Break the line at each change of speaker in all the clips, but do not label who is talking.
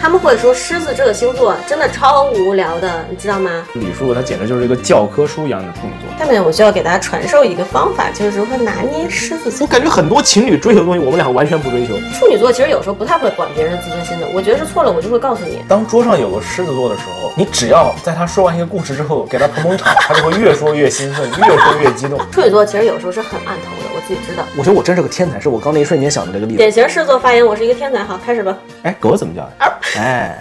他们会说狮子这个星座真的超无聊的，你知道吗？
李叔他简直就是一个教科书一样的处女座。
下面我就要给大家传授一个方法，就是如何拿捏狮子
我
座。
感觉很多情侣追求的东西，我们俩完全不追求。
处女座其实有时候不太会管别人的自尊心的，我觉得是错了，我就会告诉你。
当桌上有个狮子座的时候，你只要在他说完一个故事之后给他捧捧场，他就会越说越兴奋，越说越激动。
处女座其实有时候是很暗头的，我自己知道。
我觉得我真是个天才，是我刚那一瞬间想的这个例子。
典型狮子座发言，我是一个天才。好，开始吧。
哎，狗怎么叫呀？哎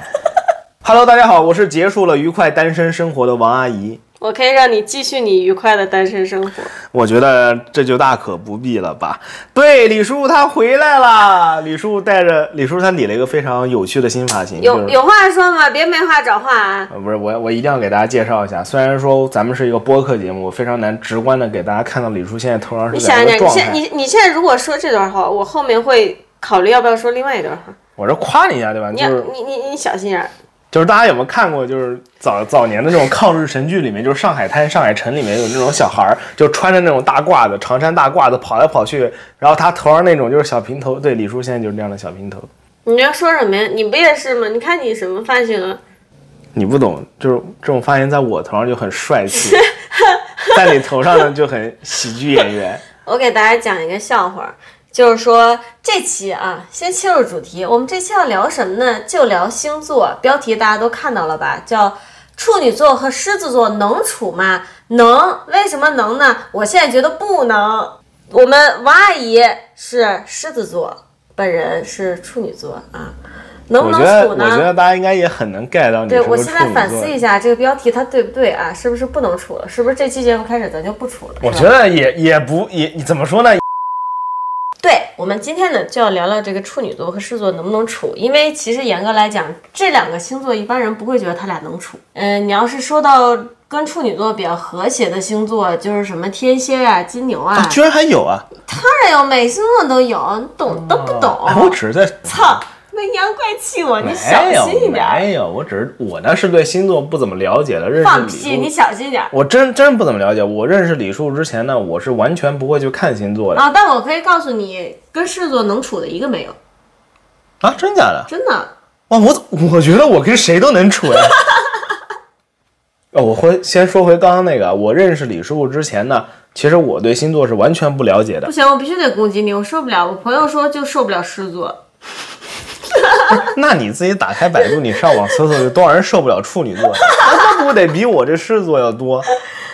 ，Hello，大家好，我是结束了愉快单身生活的王阿姨。
我可以让你继续你愉快的单身生活。
我觉得这就大可不必了吧？对，李叔他回来了。李叔带着李叔，他理了一个非常有趣的新发型，就
有
是
有话说嘛，别没话找话啊。
呃，不是我，我一定要给大家介绍一下。虽然说咱们是一个播客节目，我非常难直观的给大家看到李叔现在头上
你
是
想
两
一
个
下，你
状
现
态。
你你现在如果说这段话，我后面会考虑要不要说另外一段话。
我这夸你一下，对吧？
你
就
要
是
你你你小心眼儿。
就是大家有没有看过，就是早早年的那种抗日神剧里面，就是《上海滩》《上海城》里面有那种小孩儿，就穿着那种大褂子、长衫大褂子跑来跑去，然后他头上那种就是小平头。对，李叔现在就是那样的小平头。
你要说什么呀？你不也是吗？你看你什么发型啊？
你不懂，就是这种发言在我头上就很 帅气，在你头上呢就很喜剧演员。
我给大家讲一个笑话，就是说这期啊，先切入主题，我们这期要聊什么呢？就聊星座，标题大家都看到了吧？叫处女座和狮子座能处吗？能，为什么能呢？我现在觉得不能。我们王阿姨是狮子座，本人是处女座啊，能不
我
能
觉得，
处
我觉得
呢？
大家应该也很能 get 到你
对，
是
我
不是
现
处
在
女
反
座
思。一下这个标题它对不对啊？是不是不能处了？是不是这期节目开始咱就不处了？
我
是吧
觉得也也不也你怎么说呢？
啊对我们今天呢，就要聊聊这个处女座和狮子座能不能处，因为其实严格来讲，这两个星座一般人不会觉得他俩能处。嗯、你要是说到跟处女座比较和谐的星座，就是什么天蝎呀、金牛啊，
啊，居然还有啊！
当然有，每星座都有，你懂都不懂。
哎，我只是在
哦操，那阴阳怪气我，你小
没有
心一点儿。
没有，我只是我呢是对星座不怎么了解的，认
放
识
屁，
李
你
叔，
小心一点儿。
我真真不怎么了解。我认识李叔之前呢，我是完全不会去看星座的
啊，但我可以告诉你，跟狮子座能处的一个没有，
啊，真假的？
真的。
哇，我我觉得我跟谁都能处呀。 哦，我回先说回刚刚那个，我认识李叔之前呢，其实我对星座是完全不了解的
不。行，我必须得攻击你，我受不了。我朋友说就受不了狮子座。
那你自己打开百度，你上网搜搜，有多少人受不了处女座？啊那那不得比我这狮子座要多？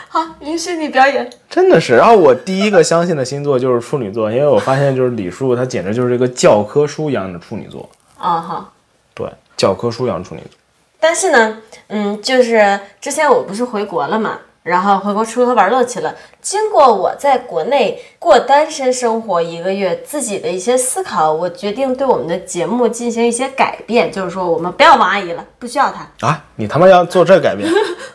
好，允许你表演。
真的是。然后我第一个相信的星座就是处女座，因为我发现就是李叔他简直就是一个教科书一样的处女座，
啊哈。
对，教科书一样的处女座。
但是呢，嗯，就是之前我不是回国了嘛，然后回国吃喝玩乐去了。经过我在国内过单身生活一个月，自己的一些思考，我决定对我们的节目进行一些改变，就是说我们不要王阿姨了，不需要她。
啊，你他妈要做这改变？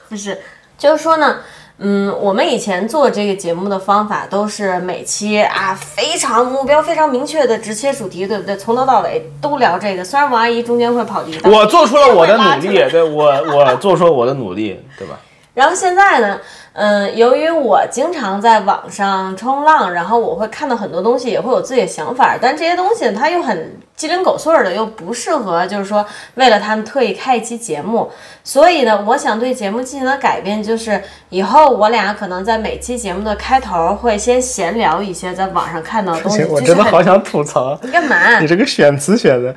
不是，就是说呢，嗯，我们以前做这个节目的方法都是每期啊非常目标非常明确的直切主题，对不对？从头到尾都聊这个，虽然王阿姨中间会跑题，但
我做出了 我的努力，对我我做出了我的努力，对吧？
然后现在呢，嗯，由于我经常在网上冲浪，然后我会看到很多东西，也会有自己的想法，但这些东西它又很鸡零狗碎儿的，又不适合，就是说为了他们特意开一期节目。所以呢，我想对节目进行的改变就是，以后我俩可能在每期节目的开头会先闲聊一些在网上看到的 东西。
我
就是
真的
很
好想吐槽。
你干嘛？
你这个选词选的，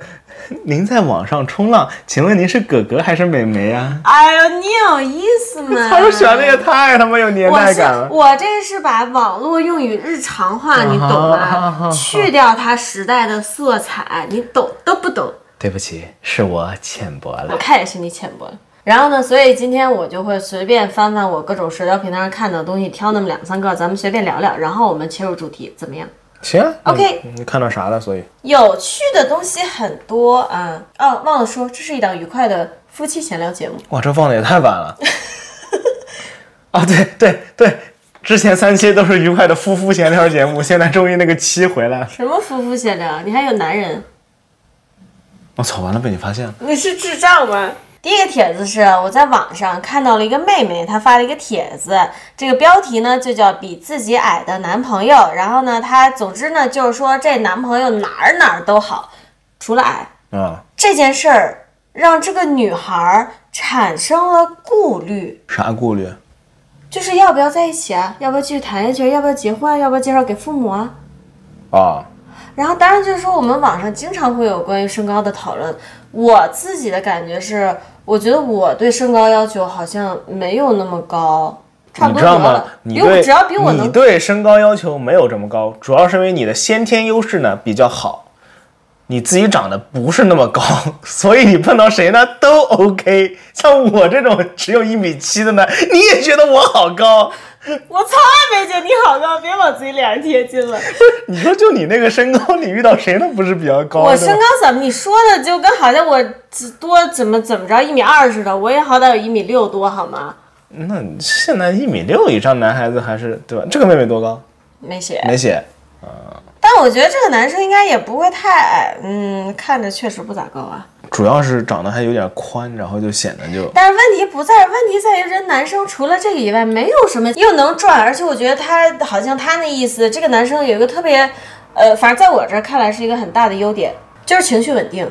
您在网上冲浪，请问您是哥哥还是妹妹啊？
哎呦，你有意思吗？
他们选的也太他妈有年
我
代
是
感了。
我这是把网络用语日常化，你懂
啊哈
吗
啊？
去掉它时代的色彩，你懂都不懂？
对不起，是我浅薄了
我。看也是你浅薄了。然后呢，所以今天我就会随便翻翻我各种社交平台上看到的东西，挑那么两三个，咱们随便聊聊，然后我们切入主题，怎么样？
行啊
OK
你你看到啥了？所以
有趣的东西很多啊！哦，忘了说，这是一档愉快的夫妻闲聊节目。
哇，这放的也太晚了。 啊，对对对，之前三期都是愉快的夫妇闲聊节目，现在终于那个七回来了。
什么夫妇闲聊？你还有男人？
我操，哦完了被你发现了。
你是智障吗？第一个帖子是我在网上看到了一个妹妹，她发了一个帖子，这个标题呢就叫“比自己矮的男朋友”。然后呢，她总之呢就是说这男朋友哪儿哪儿都好，除了矮
啊、
这件事儿，让这个女孩儿产生了顾虑，
啥顾虑？
就是要不要在一起啊？要不要继续谈下去？要不要结婚啊？要不要介绍给父母啊？
啊，
然后，当然就是说，我们网上经常会有关于身高的讨论。我自己的感觉是，我觉得我对身高要求好像没有那么高，差不
你
多
知
得
道吗
了？
你
比我
对
只要比我
你
能，
对身高要求没有这么高，主要是因为你的先天优势呢比较好，你自己长得不是那么高， 所以你碰到谁呢都 OK。像我这种只有一米七的呢，你也觉得我好高。
我从来没觉得你好高，别往自己脸上贴金了。
你说就你那个身高，你遇到谁呢不是比较高的吗？
我身高怎么？你说的就跟好像我只多怎么怎么着一米二似的，我也好歹有一米六多好吗？
那你现在一米六以上男孩子还是对吧？这个妹妹多高？
没写，
没写。
但我觉得这个男生应该也不会太矮，嗯，看着确实不咋高啊。
主要是长得还有点宽，然后就显得就
但是问题不在，问题在于人男生除了这个以外，没有什么又能赚，而且我觉得他好像他那意思，这个男生有一个特别，呃，反正在我这儿看来是一个很大的优点，就是情绪稳定。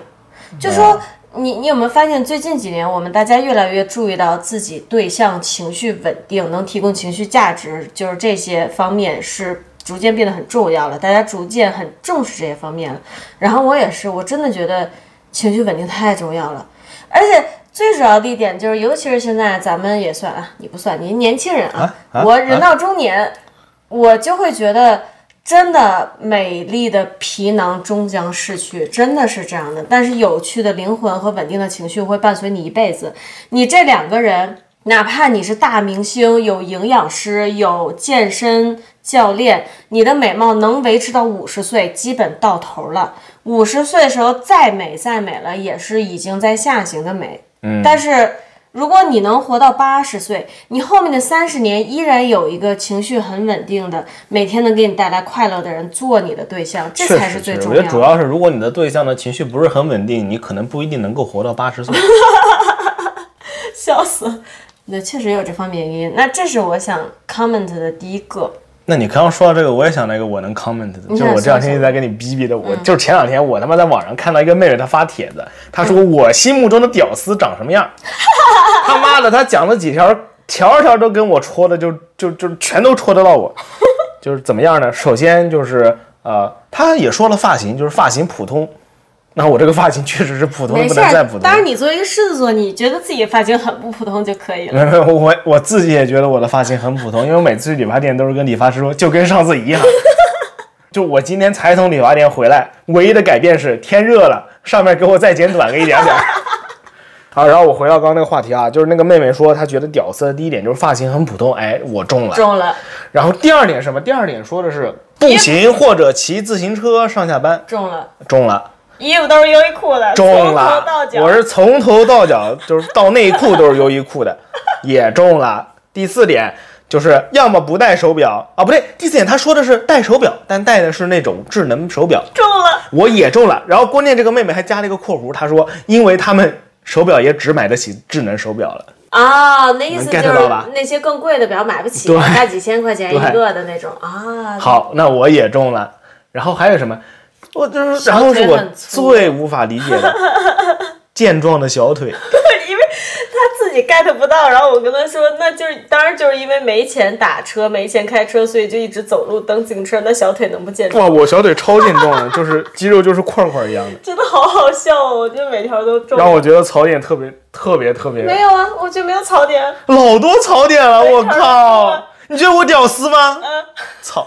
就说你你有没有发现，最近几年我们大家越来越注意到自己对象情绪稳定，能提供情绪价值，就是这些方面是。逐渐变得很重要了，大家逐渐很重视这些方面了。然后我也是，我真的觉得情绪稳定太重要了。而且最主要的一点就是，尤其是现在咱们也算啊，你不算，您年轻人啊，
啊啊
我人到中年，我就会觉得。真的，美丽的皮囊终将逝去，真的是这样的。但是有趣的灵魂和稳定的情绪会伴随你一辈子。你这两个人，哪怕你是大明星，有营养师，有健身教练，你的美貌能维持到五十岁，基本到头了。五十岁的时候，再美再美了，也是已经在下行的美。嗯，但是。如果你能活到八十岁，你后面的三十年依然有一个情绪很稳定的，每天能给你带来快乐的人做你的对象，这
确
才
实
最
是
重
我觉得主
要。
要是如果你的对象的情绪不是很稳定，你可能不一定能够活到八十岁。
笑死！那确实有这方面原因。那这是我想 comment 的第一个。
那你刚刚说到这个，我也想到一个我能 comment 的，就是
想
我这两
说
天
嗯
一直在跟你逼逼的，我就是前两天我他妈在网上看到一个妹妹她发帖子，她
嗯
说我心目中的屌丝长什 么样，他妈的她讲了几条，条条都跟我戳的就就就全都戳得到我，就是怎么样呢？首先就是呃，她也说了发型，就是发型普通，那我这个发型确实是普通的
没
不
事
能再
儿
普通，了。
当然你作为一个狮子座，你觉得自己的发型很不普通就可以了。
没有没有， 我我自己也觉得我的发型很普通，因为我每次去理发店都是跟理发师说，就跟上次一样。 就我今天才从理发店回来，唯一的改变是天热了，上面给我再剪短个一点 点。好，啊然后我回到刚刚那个话题啊，就是那个妹妹说她觉得屌丝的第一点就是发型很普通，哎，我中了。
中了，
然后第二点是什么？第二点说的是步行或者骑自行车上下班，
中了，
中了。
衣服都是优衣库的，
中
从
了
头到，脚。
我是从头到脚，就是到内裤都是优衣 库的，也中了。第四点就是要么不戴手表啊，不对，第四点他说的是戴手表，但戴的是那种智能手表，
中了，
我也中了。然后关键这个妹妹还加了一个括弧，她说因为他们手表也只买得起智能手表了。
啊、那意思就
get
是
到吧
那些更贵的表买不起，
对
大几千块钱一
对
个的那种啊。
好，那我也中了。然后还有什么？我就是，然后是
小
我
腿很粗
最无法理解 的健壮的小腿。
因为他自己 get 不到，然后我跟他说，那就是当然就是因为没钱打车，没钱开车，所以就一直走路蹬自行车，那小腿能不健壮？
哇，我小腿超健壮的，就是肌肉就是块块一样的。
真的好好笑哦！我觉得每条都中。
让我觉得槽点特别特别特别
没有啊，我觉得没有槽点。
老多槽点了，我
事儿
靠！你觉得我屌丝吗？
嗯
操！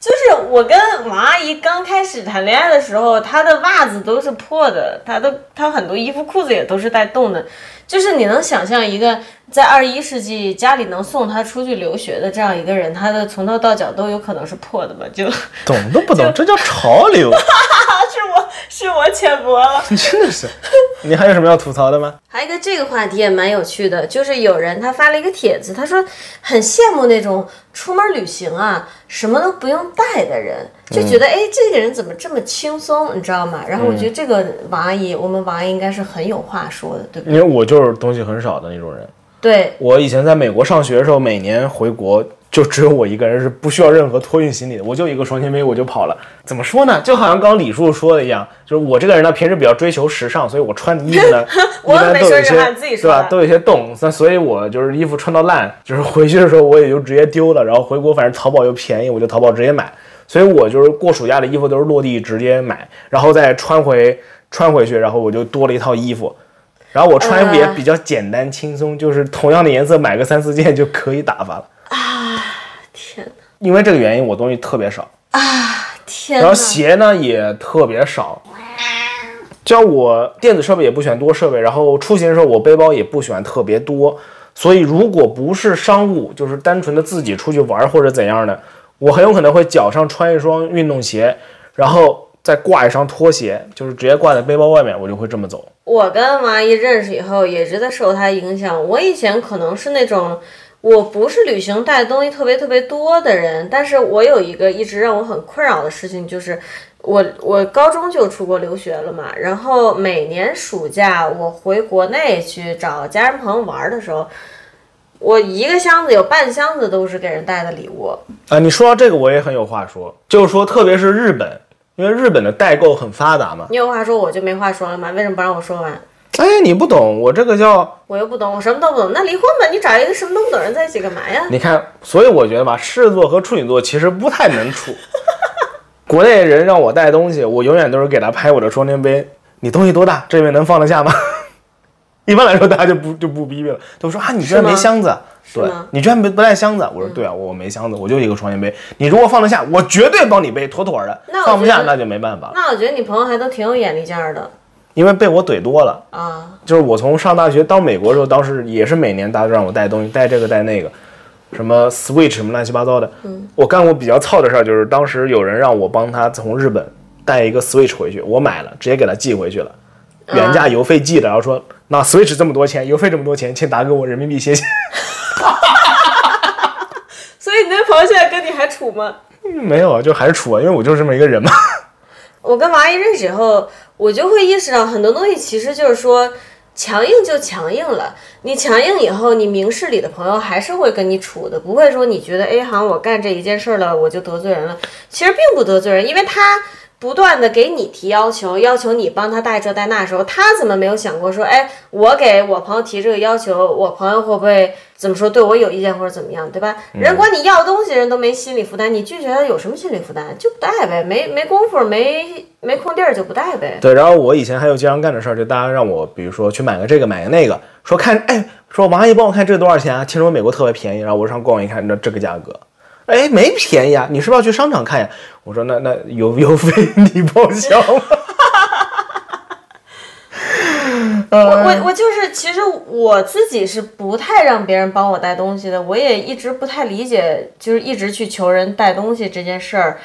就是我跟王阿姨刚开始谈恋爱的时候，她的袜子都是破的，她的她很多衣服裤子也都是带洞的。就是你能想象一个在二十一世纪家里能送她出去留学的这样一个人，她的从头到脚都有可能是破的吧？就 是
懂都不懂，这叫潮 流，
我是我浅薄了。
真的是。你还有什么要吐槽的吗？
还有一个这个话题也蛮有趣的，就是有人他发了一个帖子，他说很羡慕那种出门旅行啊什么都不用带的人，
嗯
就觉得哎、这个人怎么这么轻松，你知道吗？然后我
嗯
觉得这个王阿姨，我们王阿姨应该是很有话说的，对不对？
因为我就是东西很少的那种人。
对，
我以前在美国上学的时候，每年回国就只有我一个人是不需要任何托运行李的，我就一个双肩背我就跑了。怎么说呢？就好像刚刚李叔说的一样，就是我这个人呢，平时比较追求时尚，所以我穿的衣服 呢，一
我
般
没
都
说
有一
这
些
话你自己
对
说
吧
的，
都有一些洞。那所以我就是衣服穿到烂，就是回去的时候我也就直接丢了，然后回国反正淘宝又便宜，我就淘宝直接买。所以我就是过暑假的衣服都是落地直接买，然后再穿回穿回去，然后我就多了一套衣服。然后我穿衣服也
呃
比较简单轻松，就是同样的颜色买个三四件就可以打发了。
啊天哪
因为这个原因，我东西特别少，
天
然
哪
后！鞋呢也特别少。像我电子设备也不喜欢多设备，然后出行的时候我背包也不喜欢特别多，所以如果不是商务，就是单纯的自己出去玩或者怎样的，我很有可能会脚上穿一双运动鞋，然后再挂一双拖鞋，就是直接挂在背包外面，我就会这么走。
我跟王阿姨认识以后，也是在受她影响。我以前可能是那种，我不是旅行带东西特别特别多的人，但是我有一个一直让我很困扰的事情，就是我我高中就出国留学了嘛，然后每年暑假我回国内去找家人朋友玩的时候，我一个箱子有半箱子都是给人带的礼物。
啊，你说到这个我也很有话说，就是说特别是日本，因为日本的代购很发达嘛。
你有话说我就没话说了吗？为什么不让我说完？
哎，你不懂，我这个叫
我又不懂，我什么都不懂，那离婚吧，你找一个什么都不懂人在一起干嘛呀？
你看，所以我觉得吧，狮子座和处女座其实不太能处。 国内人让我带东西，我永远都是给他拍我的双肩背。你东西多大？这边能放得下吗？ 一般来说，大家就不就不逼逼了，都说啊，你居然
是吗
没箱子啊，对
吗，嗯
你居然不不带箱子啊。我说对啊，我没箱子，我就一个双肩背。你如果放得下，我绝对帮你背，妥妥的
那。我
放不下
觉得
那就没办法了，
那我觉得你朋友还都挺有眼力见儿的
因为被我怼多了。
啊。
就是我从上大学到美国的时候，当时也是每年大家都让我带东西，带这个带那个，什么 Switch 什么乱七八糟的。我干过比较操的事儿，就是当时有人让我帮他从日本带一个 Switch 回去，我买了，直接给他寄回去了，原价邮费寄的，然后说那 Switch 这么多钱，邮费这么多钱，请打给我人民币，谢谢。
所以你那朋友现在跟你还处吗？
没有，啊，就还是处啊，因为我就是这么一个人嘛。
我跟王阿姨认识以后，我就会意识到很多东西其实就是说强硬就强硬了。你强硬以后，你明事理的朋友还是会跟你处的，不会说你觉得哎，好像我干这一件事儿了，我就得罪人了。其实并不得罪人，因为他不断的给你提要求，要求你帮他带这带那的时候，他怎么没有想过说，哎，我给我朋友提这个要求，我朋友会不会怎么说对我有意见或者怎么样，对吧？人管你要东西，人都没心理负担，你拒绝他有什么心理负担？就不带呗，没没功夫，没没空地儿就不带呗。
对，然后我以前还有经常干的事儿，就大家让我，比如说去买个这个，买个那个，说看，哎，说王阿姨帮我看这个多少钱啊？听说美国特别便宜，然后我上逛一看，那这个价格，哎，没便宜啊，你是不是要去商场看呀？我说那那邮邮费你报销吗？
我
呃
我我就是，其实我自己是不太让别人帮我带东西的，我也一直不太理解，就是一直去求人带东西这件事儿。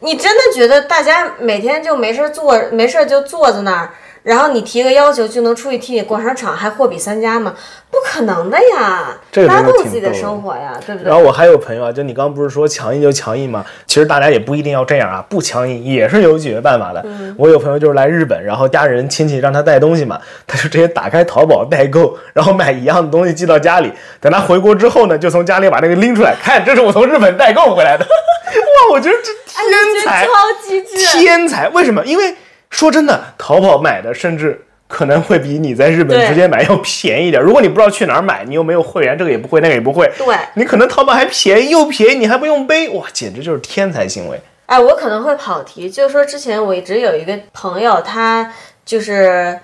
你真的觉得大家每天就没事儿坐，没事儿就坐在那儿，然后你提个要求就能出去替你逛商场，还货比三家吗？不可能的呀，
这个
大
真
家
的
都有
挺
自己的
逗的
生活呀，对不
然后
对？
我还有朋友啊，就你刚刚不是说强硬就强硬吗？其实大家也不一定要这样啊，不强硬也是有解决办法的。我有朋友就是来日本，然后家人亲戚让他带东西嘛， 他就直接打开淘宝代购，然后买一样的东西寄到家里。等他回国之后呢，就从家里把那个拎出来，看这是我从日本代购回来的。 哇，我觉得这
哎我
天
觉得
才，啊
超机智，
天才！为什么？因为说真的，淘宝买的甚至可能会比你在日本
对
直接买要便宜点。如果你不知道去哪儿买，你又没有会员，这个也不会，那个也不会，
对
你可能淘宝还便宜又便宜，你还不用背，哇，简直就是天才行为。
哎，我可能会跑题，就是说之前我一直有一个朋友，他就是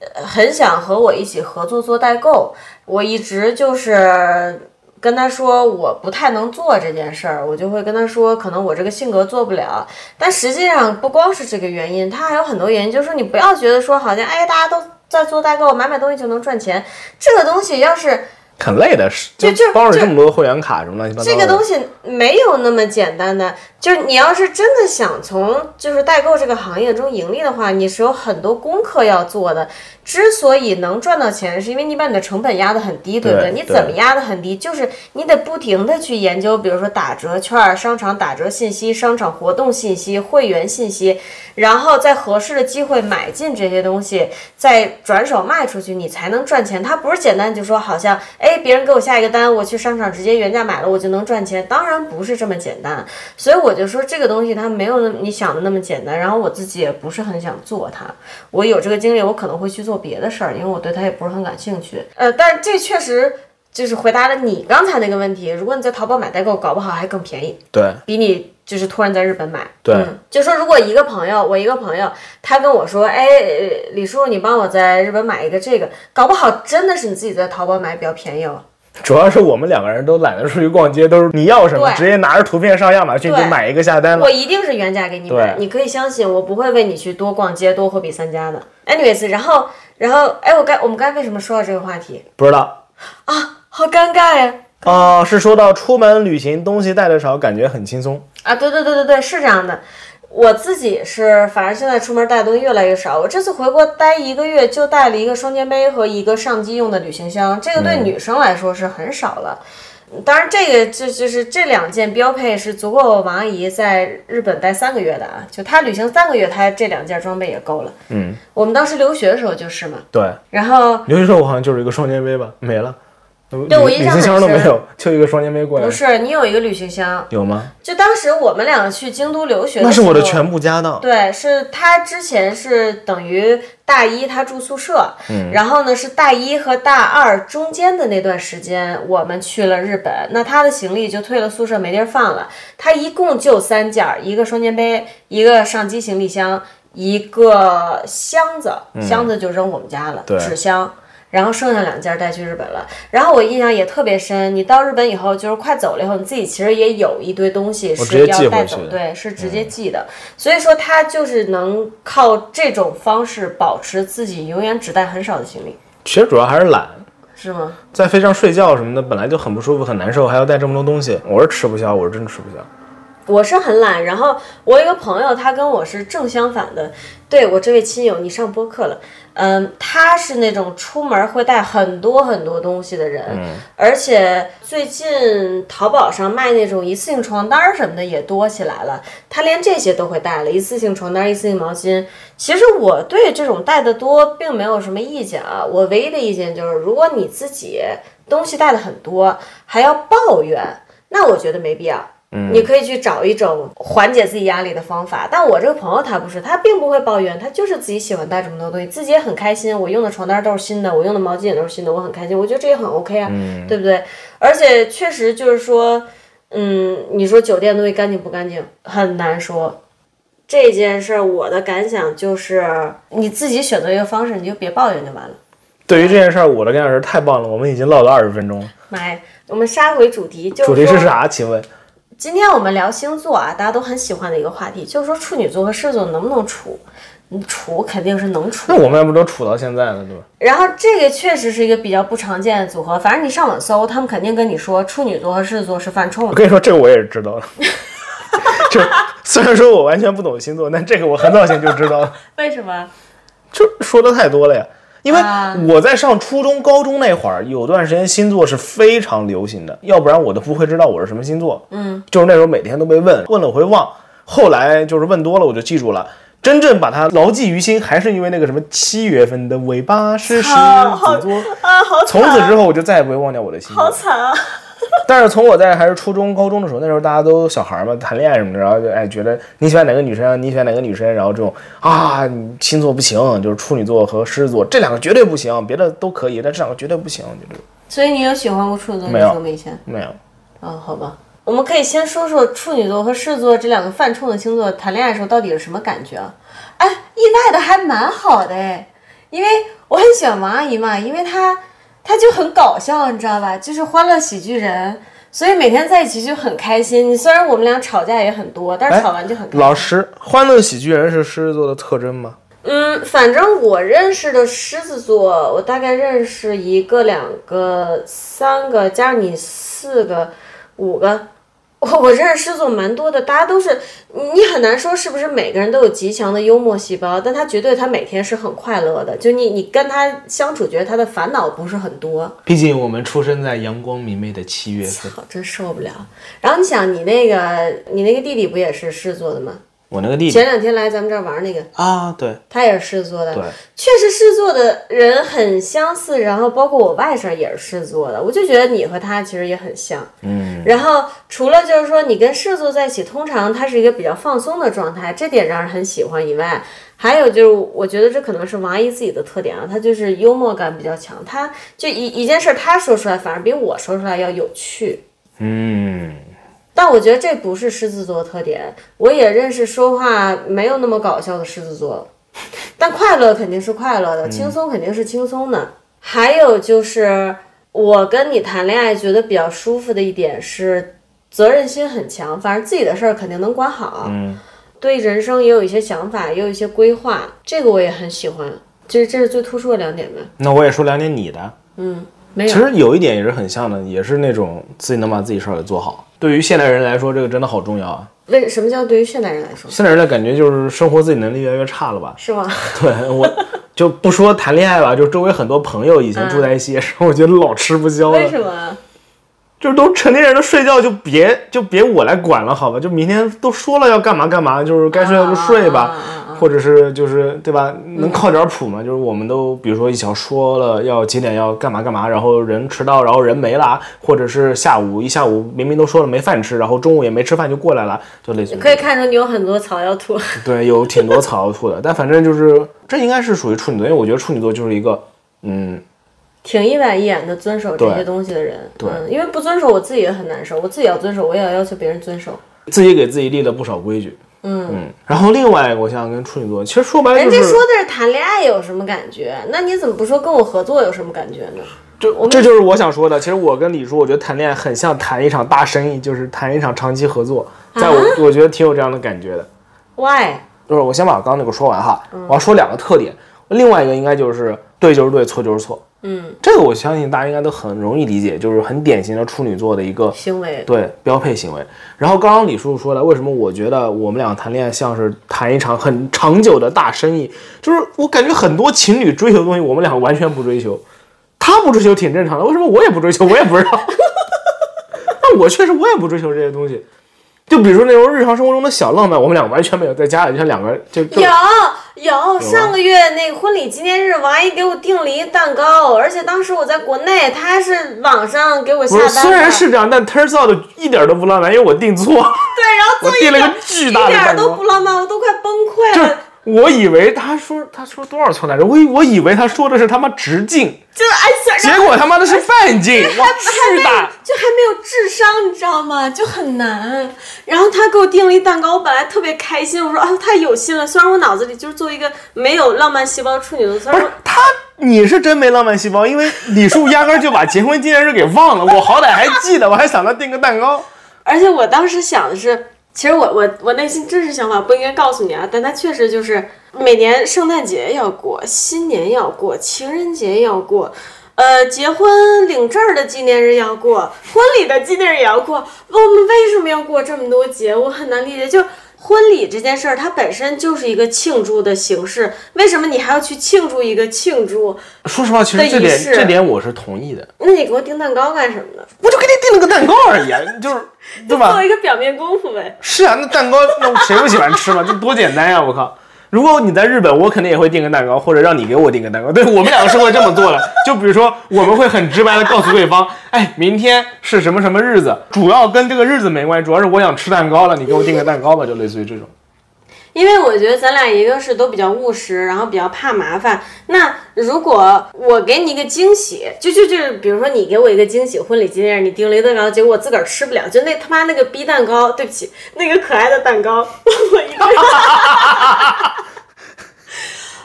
呃很想和我一起合作做代购，我一直就是跟他说我不太能做这件事儿，我就会跟他说可能我这个性格做不了，但实际上不光是这个原因，它还有很多原因，就是说你不要觉得说好像哎大家都在做代购，买买东西就能赚钱，这个东西要是。
很累的，是
就就
包着
就
这么多会员卡什么乱七八糟
这
的。
个东西没有那么简单的，就是你要是真的想从就是代购这个行业中盈利的话，你是有很多功课要做的。之所以能赚到钱，是因为你把你的成本压得很低，对不
对
你
对
怎么压得很低？就是你得不停的去研究，比如说打折券儿、商场打折信息、商场活动信息、会员信息，然后在合适的机会买进这些东西，再转手卖出去，你才能赚钱。它不是简单就说好像哎哎，别人给我下一个单，我去商场直接原价买了，我就能赚钱。当然不是这么简单，所以我就说这个东西它没有那么你想的那么简单。然后我自己也不是很想做它，我有这个精力，我可能会去做别的事儿，因为我对它也不是很感兴趣。呃，但是这确实。就是回答了你刚才那个问题，如果你在淘宝买代购，搞不好还更便宜，
对
比你就是突然在日本买。
对、
嗯，就说如果一个朋友，我一个朋友，他跟我说，哎，呃李叔，你帮我在日本买一个这个，搞不好真的是你自己在淘宝买比较便宜哦。
主要是我们两个人都懒得出去逛街，都是你要什么
对
直接拿着图片上亚马逊就
对
买一个下单了
我。一定是原价给你买，
对
你可以相信我不会为你去多逛街、多货比三家的。anyways，然后，然后，哎，我该我们该为什么说到这个话题
不知道
啊？好尴尬呀！
啊、是说到出门旅行东西带的少，感觉很轻松。
啊，对对对对对，是这样的。我自己是，反正现在出门带的东西越来越少。我这次回国待一个月，就带了一个双肩背和一个上机用的旅行箱，这个
嗯
对女生来说是很少了。当然，这个这就是这两件标配是足够王阿姨在日本待三个月的啊，就她旅行三个月，她这两件装备也够了。
嗯，
我们当时留学的时候就是嘛，
对，
然后
尤其说我好像就是一个双肩背吧，没了，
对我
旅
印
旅
象
行箱都
很
没
深
有，就一个双肩背过来
不。是你有一个旅行箱，
有吗？
就当时我们两个去京都留学，
那是我的
全。
全部家当。
对，是他之前是等于大一他住宿舍，然后呢是大一和大二中间的那段时间，我们去了日本，那他的行李就退了宿舍没地儿放了，他一共就三件儿，一个双肩背，一个上机行李箱，一个箱子，箱子就扔我们家了，
对
纸箱。然后剩下两件儿带去日本了，然后我印象也特别深。你到日本以后，就是快走了以后，你自己其实也有一堆东西
直接
是要
寄回
带
去
走
的，嗯
对，是直接寄的。所以说他就是能靠这种方式保持自己永远只带很少的行李，
其实主要还是懒，
是吗？
在飞机上睡觉什么的本来就很不舒服，很难受，还要带这么多东西，我是吃不消，我是真吃不消。
我是很懒，然后我有一个朋友，他跟我是正相反的。对我这位亲友，你上播客了，嗯，他是那种出门会带很多很多东西的人，而且最近淘宝上卖那种一次性床单儿什么的也多起来了，他连这些都会带了，一次性床单儿、一次性毛巾。其实我对这种带的多并没有什么意见啊，我唯一的意见就是，如果你自己东西带的很多，还要抱怨，那我觉得没必要。
嗯
你可以去找一种缓解自己压力的方法，但我这个朋友他不是，他并不会抱怨，他就是自己喜欢带这么多东西，自己也很开心。我用的床单都是新的，我用的毛巾也都是新的，我很开心，我觉得这也很 OK 啊，
嗯
对不对？而且确实就是说，嗯，你说酒店东西干净不干净，很难说。这件事儿，我的感想就是，你自己选择一个方式，你就别抱怨就完了。
对于这件事儿，我的感想是太棒了，我们已经唠了二十分钟了，
妈呀，我们杀回主题，就是
主题
说
是啥？请问？
今天我们聊星座啊，大家都很喜欢的一个话题，就是说处女座和狮子座能不能处？嗯处肯定是能
那
处。
我们还不都处到现在呢，对吧？
然后这个确实是一个比较不常见的组合，反正你上网搜，他们肯定跟你说处女座和狮子座是犯冲
我
的。
跟你说，这个我也是知道的。 就虽然说我完全不懂星座，但这个我很早前就知道了，
为什么？
就说的太多了呀。因为
啊
我在上初中、高中那会儿，有段时间星座是非常流行的，要不然我都不会知道我是什么星座。嗯，就是那时候每天都被问，问了我会忘，后来就是问多了我就记住了。真正把它牢记于心，还是因为那个什么七月份的尾巴是狮
好
子座。
啊，好
从此之后，我就再也不会忘掉我的星座。
惨啊！
但是从我在还是初中、高中的时候，那时候大家都小孩儿嘛，谈恋爱什么的，然后就哎觉得你喜欢哪个女生啊，你喜欢哪个女生，然后这种啊你星座不行，就是处女座和狮子座这两个绝对不行，别的都可以，但这两个绝对不行，就这种
所以你有喜欢过处女座
没有
女生吗？以前？
没有。
啊，好吧。我们可以先说说处女座和狮子座这两个犯冲的星座谈恋爱的时候到底是什么感觉啊？哎，意外的还蛮好的哎，因为我很喜欢王阿姨嘛，因为她她就很搞笑，你知道吧？就是欢乐喜剧人，所以每天在一起就很开心。你虽然我们俩吵架也很多，但是
哎
吵完就很开心。
老师，欢乐喜剧人是狮子座的特征吗？
嗯，反正我认识的狮子座，我大概认识一个、两个、三个，加上你四个、五个。 我我认识狮子座蛮多的，大家都是你你很难说是不是每个人都有极强的幽默细胞，但他绝对他每天是很快乐的。就你你跟他相处，觉得他的烦恼不是很多。
毕竟我们出生在阳光明媚的七月份，
操，真受不了。然后你想，你那个你那个弟弟不也是狮子座的吗？
我那个弟弟
前两天来咱们这儿玩那个，
啊，对
他也是狮子座的，
对，
确实狮子座的人很相似，然后包括我外甥也是狮子座的，我就觉得你和他其实也很像。
嗯，
然后除了就是说你跟狮子座在一起，通常他是一个比较放松的状态，这点让人很喜欢以外，还有就是我觉得这可能是王阿姨自己的特点啊，她就是幽默感比较强，她就一一件事儿她说出来反而比我说出来要有趣。
嗯，
但我觉得这不是狮子座的特点，我也认识说话没有那么搞笑的狮子座，但快乐肯定是快乐
嗯
的，轻松肯定是轻松的。还有就是，我跟你谈恋爱觉得比较舒服的一点是，责任心很强，反正自己的事儿肯定能管好，
嗯，
对人生也有一些想法，也有一些规划，这个我也很喜欢。这这是最突出的两点吧？
那我也说两点你的，
没有
其，实有一点也是很像的，也是那种自己能把自己事儿给做好。对于现代人来说，这个真的好重要啊！
为什么叫对于现代人来说
现代人的感觉就是生活自己能力越来越差了吧？
是吗？
对我就不说谈恋爱吧，就周围很多朋友以前住在一起也是，我觉得老吃不消
嗯为
了。
什么？
就是都成年人了，睡觉就别就别我来管了，好吧？就明天都说了要干嘛干嘛，就是该睡觉就睡吧。
啊啊啊啊
或者是就是对吧？
嗯
能靠点谱吗？就是我们都比如说一小说了要几点要干嘛干嘛，然后人迟到，然后人没了，啊或者是下午一下午明明都说了没饭吃，然后中午也没吃饭就过来了，就类似于
可以看出你有很多草药吐。
对，有挺多草要吐的，但反正就是这应该是属于处女座，因为我觉得处女座就是一个嗯
挺一板一眼的遵守这
对
些东西的人，
对
嗯，因为不遵守我自己也很难受，我自己要遵守，我也要要求别人遵守。
自己给自己立了不少规矩。嗯然后另外我想想跟处女座，其实说白了
人
就
家
是
哎说的是谈恋爱有什么感觉，那你怎么不说跟我合作有什么感觉呢？
这这就是我想说的。其实我跟李叔，我觉得谈恋爱很像谈一场大生意，就是谈一场长期合作，在我、我觉得挺有这样的感觉的。
Why？
就是我先把我刚刚那个说完哈，我要说两个特点，另外一个应该就是对就是对，错就是错。
嗯，
这个我相信大家应该都很容易理解，就是很典型的处女座的一个
行为
对标配行为。然后刚刚李叔叔说了，为什么我觉得我们俩谈恋爱像是谈一场很长久的大生意？就是我感觉很多情侣追求的东西，我们俩完全不追求。他不追求挺正常的，为什么我也不追求？我也不知道。 那我确实我也不追求这些东西。就比如说那种日常生活中的小浪漫，我们俩完全没有，在家里就像两个人就就
有
啊
有，上个月那个婚礼纪念日，王阿姨给我订了一蛋糕，而且当时我在国内，她还是网上给我下
不
单
是，
的，
虽然是这样，但 turns out 一点都不浪漫，因为我订错
对，
了。
然后
我
做
订
一
了
点
个巨大的
一点
蛋
都
糕
不，浪漫，我都快崩溃
就是
了。
我以为他说他说多少寸来着？我以我以为他说的是他妈直径，
就是哎，想
结果他妈的是半 径，哇，巨大！
就还没有智商，你知道吗？就很难。然后他给我订了一蛋糕，我本来特别开心，我说啊，太有心了。虽然我脑子里就是作为一个没有浪漫细胞处女座，虽
不
然
是
我
他，你是真没浪漫细胞，因为李叔压根儿就把结婚纪念日给忘了，我好歹还记得，我还想到订个蛋糕。
而且我当时想的是，其实我我我内心真实想法不应该告诉你啊，但他确实就是每年圣诞节要过，新年要过，情人节要过。呃，结婚领证儿的纪念日要过，婚礼的纪念日也要过。我们为什么要过这么多节？我很难理解。就婚礼这件事儿，它本身就是一个庆祝的形式，为什么你还要去庆祝一个庆祝？
说实话，其实这
的仪
点
式
这点我是同意的，
那你给我订蛋糕干什么呢？
我就给你订了个蛋糕而已，啊就是对吧
做？一个表面功夫呗。
是啊，那蛋糕那谁不喜欢吃嘛？这多简单呀、我靠！如果你在日本，我肯定也会订个蛋糕，或者让你给我订个蛋糕。对我们两个是会这么做的。就比如说，我们会很直白的告诉对方，哎，明天是什么什么日子，主要跟这个日子没关系，主要是我想吃蛋糕了，你给我订个蛋糕吧，就类似于这种。
因为我觉得咱俩一个是都比较务实，然后比较怕麻烦。那如果我给你一个惊喜，就就就是，比如说你给我一个惊喜，婚礼纪念日你订了一个蛋糕，结果我自个儿吃不了，就那他妈那个逼蛋糕，对不起，那个可爱的蛋糕，我一个人，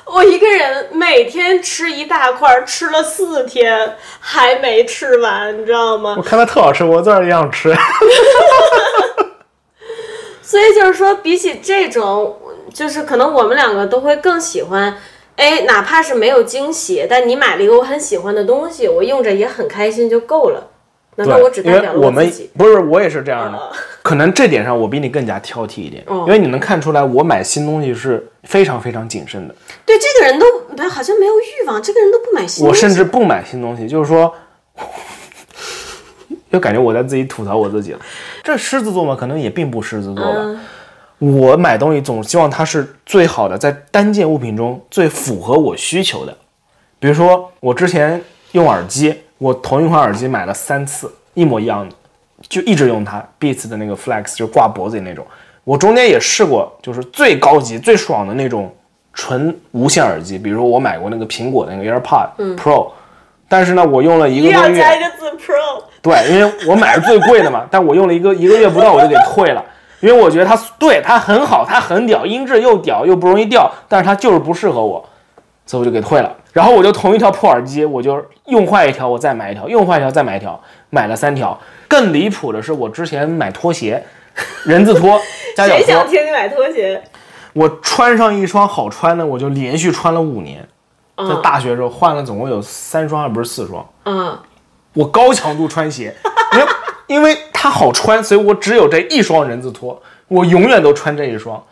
我一个人每天吃一大块儿，吃了四天还没吃完，你知道吗
我？看它特好吃，我自然也 想吃。
所以就是说，比起这种，就是可能我们两个都会更喜欢，哎，哪怕是没有惊喜，但你买了一个我很喜欢的东西，我用着也很开心就够了。难道我只
因
代
为
表了
我
自
们
己？
不是我也是这样的
啊，
可能这点上我比你更加挑剔一点，
嗯
因为你能看出来我买新东西是非常非常谨慎的。
对这个人都没有好像没有欲望，这个人都不买新
我
东西。
甚至不买新东西，就是说，就感觉我在自己吐槽我自己了。这狮子座嘛，可能也并不狮子座吧。
嗯
我买东西总希望它是最好的，在单件物品中最符合我需求的。比如说，我之前用耳机，我同一款耳机买了三次，一模一样的，就一直用它。Beats 的那个 Flex 就挂脖子里那种，我中间也试过，就是最高级、最爽的那种纯无线耳机，比如说我买过那个苹果的那个 AirPod Pro，、但是呢，我用了一个
又
多
要
月，
加一个字 Pro，
对，因为我买的最贵的嘛， 但我用了一个一个月不到我就给退了，因为我觉得它对它很好，它很屌，音质又屌又不容易掉，但是它就是不适合我，所以我就给退了。然后我就同一条破耳机，我就用坏一条，我再买一条，用坏一条再买一条，买了三条。更离谱的是，我之前买拖鞋， 人字拖加脚
谁
拖
想，听你买拖鞋？
我穿上一双好穿的，我就连续穿了五年。在
嗯
大学的时候换了总共有三双，还不是四双。
嗯，
我高强度穿鞋，因为因为它好穿，所以我只有这一双人字拖，我永远都穿这一双。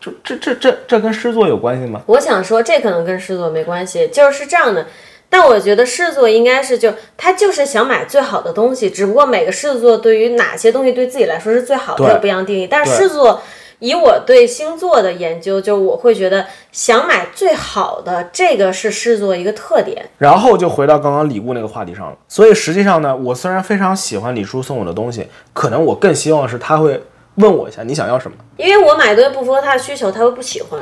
这这这这这跟诗作有关系吗？
我想说这可能跟狮子座没关系，就是这样的。但我觉得狮子座应该是就他就是想买最好的东西，只不过每个狮子座对于哪些东西对自己来说是最好的
对
有不一样的定义。但是狮子座以我对星座的研究，就我会觉得想买最好的这个是狮子座一个特点。
然后就回到刚刚礼物那个话题上了。所以实际上呢，我虽然非常喜欢李叔送我的东西，可能我更希望是他会问我一下你想要什么，
因为我买东西不符合他的需求，他会不喜欢。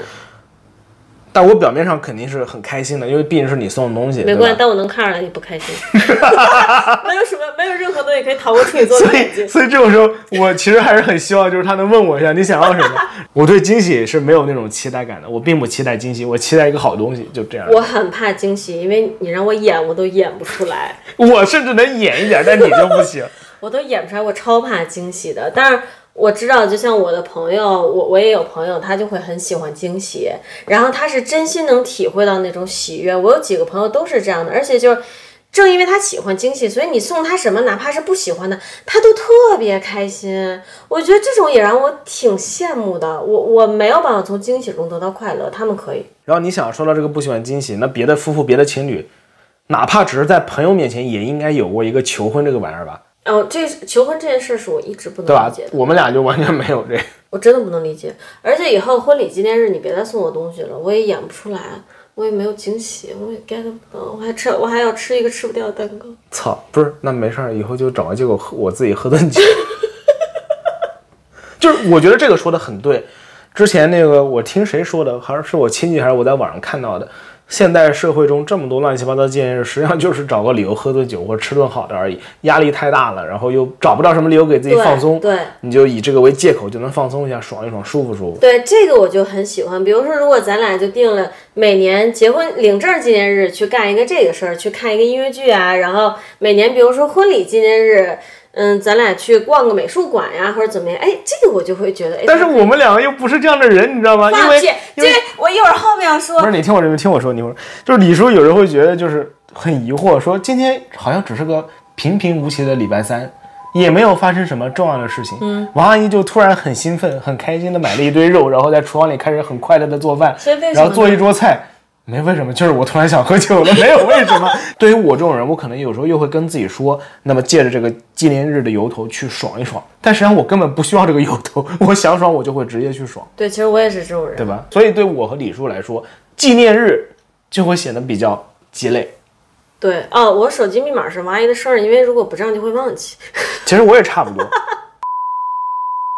但我表面上肯定是很开心的，因为毕竟是你送的东西，
没
对
关系，
吧？
但我能看出来你不开 心。没有什么，没有任何东西可以逃过处女座的
所
眼
以，
睛。
所以这种时候，我其实还是很希望，就是他能问我一下你想要什么。 我对惊喜是没有那种期待感的，我并不期待惊喜，我期待一个好东西，就这样。
我很怕惊喜，因为你让我演，我都演不出来，
我甚至能演一点，但你就不行。
我都演不出来，我超怕惊喜的。但是我知道，就像我的朋友，我我也有朋友，他就会很喜欢惊喜，然后他是真心能体会到那种喜悦。我有几个朋友都是这样的，而且就是。正因为他喜欢惊喜，所以你送他什么，哪怕是不喜欢的，他都特别开心。我觉得这种也让我挺羡慕的。我我没有办法从惊喜中得到快乐，他们可以。
然后你想说到这个不喜欢惊喜，那别的夫妇、别的情侣，哪怕只是在朋友面前，也应该有过一个求婚这个玩意儿吧，
哦，这求婚这件事是我一直不
对啊
能
吧
理解的。？
我们俩就完全没有这个。
我真的不能理解。而且以后婚礼纪念日你别再送我东西了，我也演不出来，我也没有惊喜，我也 get 不到，我还吃我还要吃一个吃不掉的蛋糕。
操，不是，那没事儿，以后就找个借口喝，我自己喝顿酒。 就是我觉得这个说的很对。之前那个我听谁说的，还是是我亲戚，还是我在网上看到的。现代社会中这么多乱七八糟的建议，实际上就是找个理由喝顿酒或吃顿好的而已。压力太大了，然后又找不到什么理由给自己
对
放松，
对
你就以这个为借口就能放松一下，爽一爽，舒服舒服。
对，这个我就很喜欢。比如说，如果咱俩就定了每年结婚领证纪念日去干一个这个事儿，去看一个音乐剧啊，然后每年比如说婚礼纪念日。嗯，咱俩去逛个美术馆呀，或者怎么样？哎，这个我就会觉得，哎，
但是我们两个又不是这样的人，你知道吗？因
放
为
屁，
因
这
为
我一会儿后面要说
不。是你听我这边听我说，你一会儿就是李叔有时候会觉得就是很疑惑，说今天好像只是个平平无奇的礼拜三，也没有发生什么重要的事情。嗯，王阿姨就突然很兴奋、很开心的买了一堆肉，然后在厨房里开始很快乐的做饭
所以为，什么
然后做
呢
一桌菜。没为什么，就是我突然想喝酒了，没有为什么。 对于我这种人，我可能有时候又会跟自己说，那么借着这个纪念日的由头去爽一爽。但实际上我根本不需要这个由头，我想爽我就会直接去爽。
对，其实我也是这种人。
对吧？所以对我和李叔来说，纪念日就会显得比较鸡肋。
对哦，我手机密码是王阿姨的生日，因为如果不这样就会忘记。
其实我也差不多，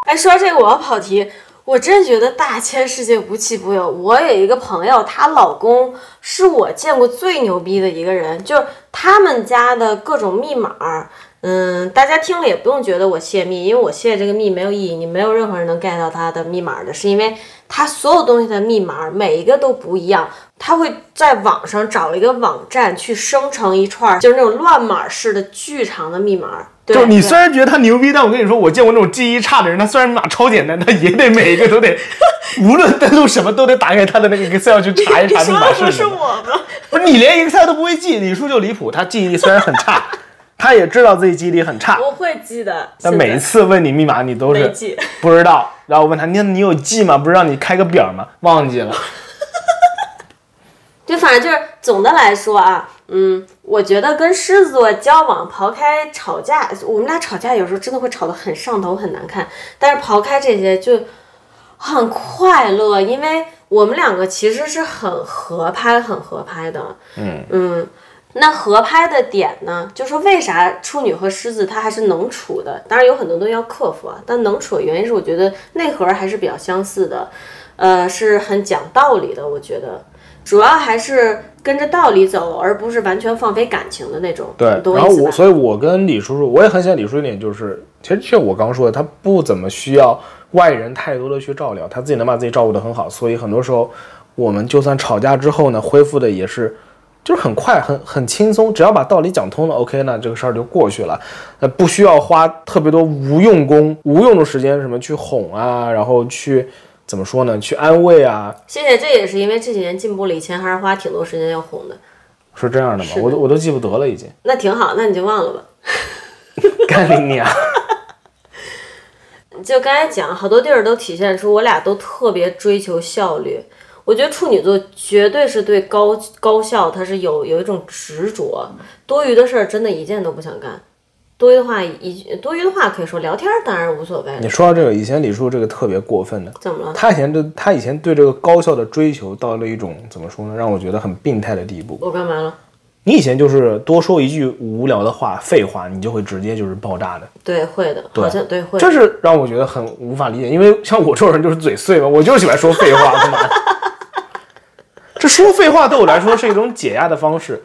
哎，说到这个，我要跑题。我真觉得大千世界无奇不有。我有一个朋友，她老公是我见过最牛逼的一个人，就是他们家的各种密码儿，嗯，大家听了也不用觉得我泄密，因为我泄这个密没有意义，你没有任何人能 get 到他的密码的，是因为他所有东西的密码每一个都不一样。他会在网上找一个网站去生成一串儿，就是那种乱码式的巨长的密码儿。 对
就是你
对
虽然觉得他牛逼，但我跟你说，我见过那种记忆差的人，他虽然码超简单，他也得每一个 都得，无论登录什么都得打开他的那个 Excel 去查一查密码是什么。
我吗？
不是你连 Excel 都不会记，李叔就离谱，他记忆力虽然很差，他也知道自己记忆力很差，
我会记得，
但
现在
每一次问你密码，你都
没
是
记。
不知道，然后我问他，你你有记吗？不是让你开个表吗？忘记了。
对，反正就是总的来说啊，嗯，我觉得跟狮子座交往，刨开吵架，我们俩吵架有时候真的会吵得很上头，很难看。但是刨开这些，就很快乐，因为我们两个其实是很合拍、很合拍的。嗯那合拍的点呢，就说为啥处女和狮子它还是能处的，当然有很多东西要克服啊，但能处的原因是我觉得内核还是比较相似的，呃，是很讲道理的，我觉得。主要还是跟着道理走，而不是完全放飞感情的那种。
对
你，懂
然后
意思
我，
吧
所以我跟李叔叔，我也很喜欢李叔叔一点，就是其实像我刚说的，他不怎么需要外人太多的去照料，他自己能把自己照顾得很好，所以很多时候我们就算吵架之后呢，恢复的也是。就是很快，很 很轻松，只要把道理讲通了，OK，那这个事儿就过去了，呃，不需要花特别多无用功、无用的时间，什么去哄啊，然后去怎么说呢，去安慰啊，
谢谢，这也是因为这几年进步了，以前还是花挺多时间要哄的，
是这样的吗？
是的
我都我都记不得了，已经
那挺好，那你就忘了吧。
干你啊娘！
就刚才讲，好多地儿都体现出我俩都特别追求效率。我觉得处女座绝对是对高高效，它是有有一种执着，多余的事儿真的一件都不想干。多余的话一多余的话可以说聊天，当然无所谓了
你。说到这个，以前李叔这个特别过分的，
怎么了？
他以前对他以前对这个高效的追求到了一种怎么说呢，让我觉得很病态的地步。
我干嘛了？
你以前就是多说一句无聊的话、废话，你就会直接就是爆炸的，
对，会的，好像对会的。
这是让我觉得很无法理解。因为像我这种人就是嘴碎嘛， 我就是喜欢说废话，干嘛？ 这说废话对我来说是一种解压的方式。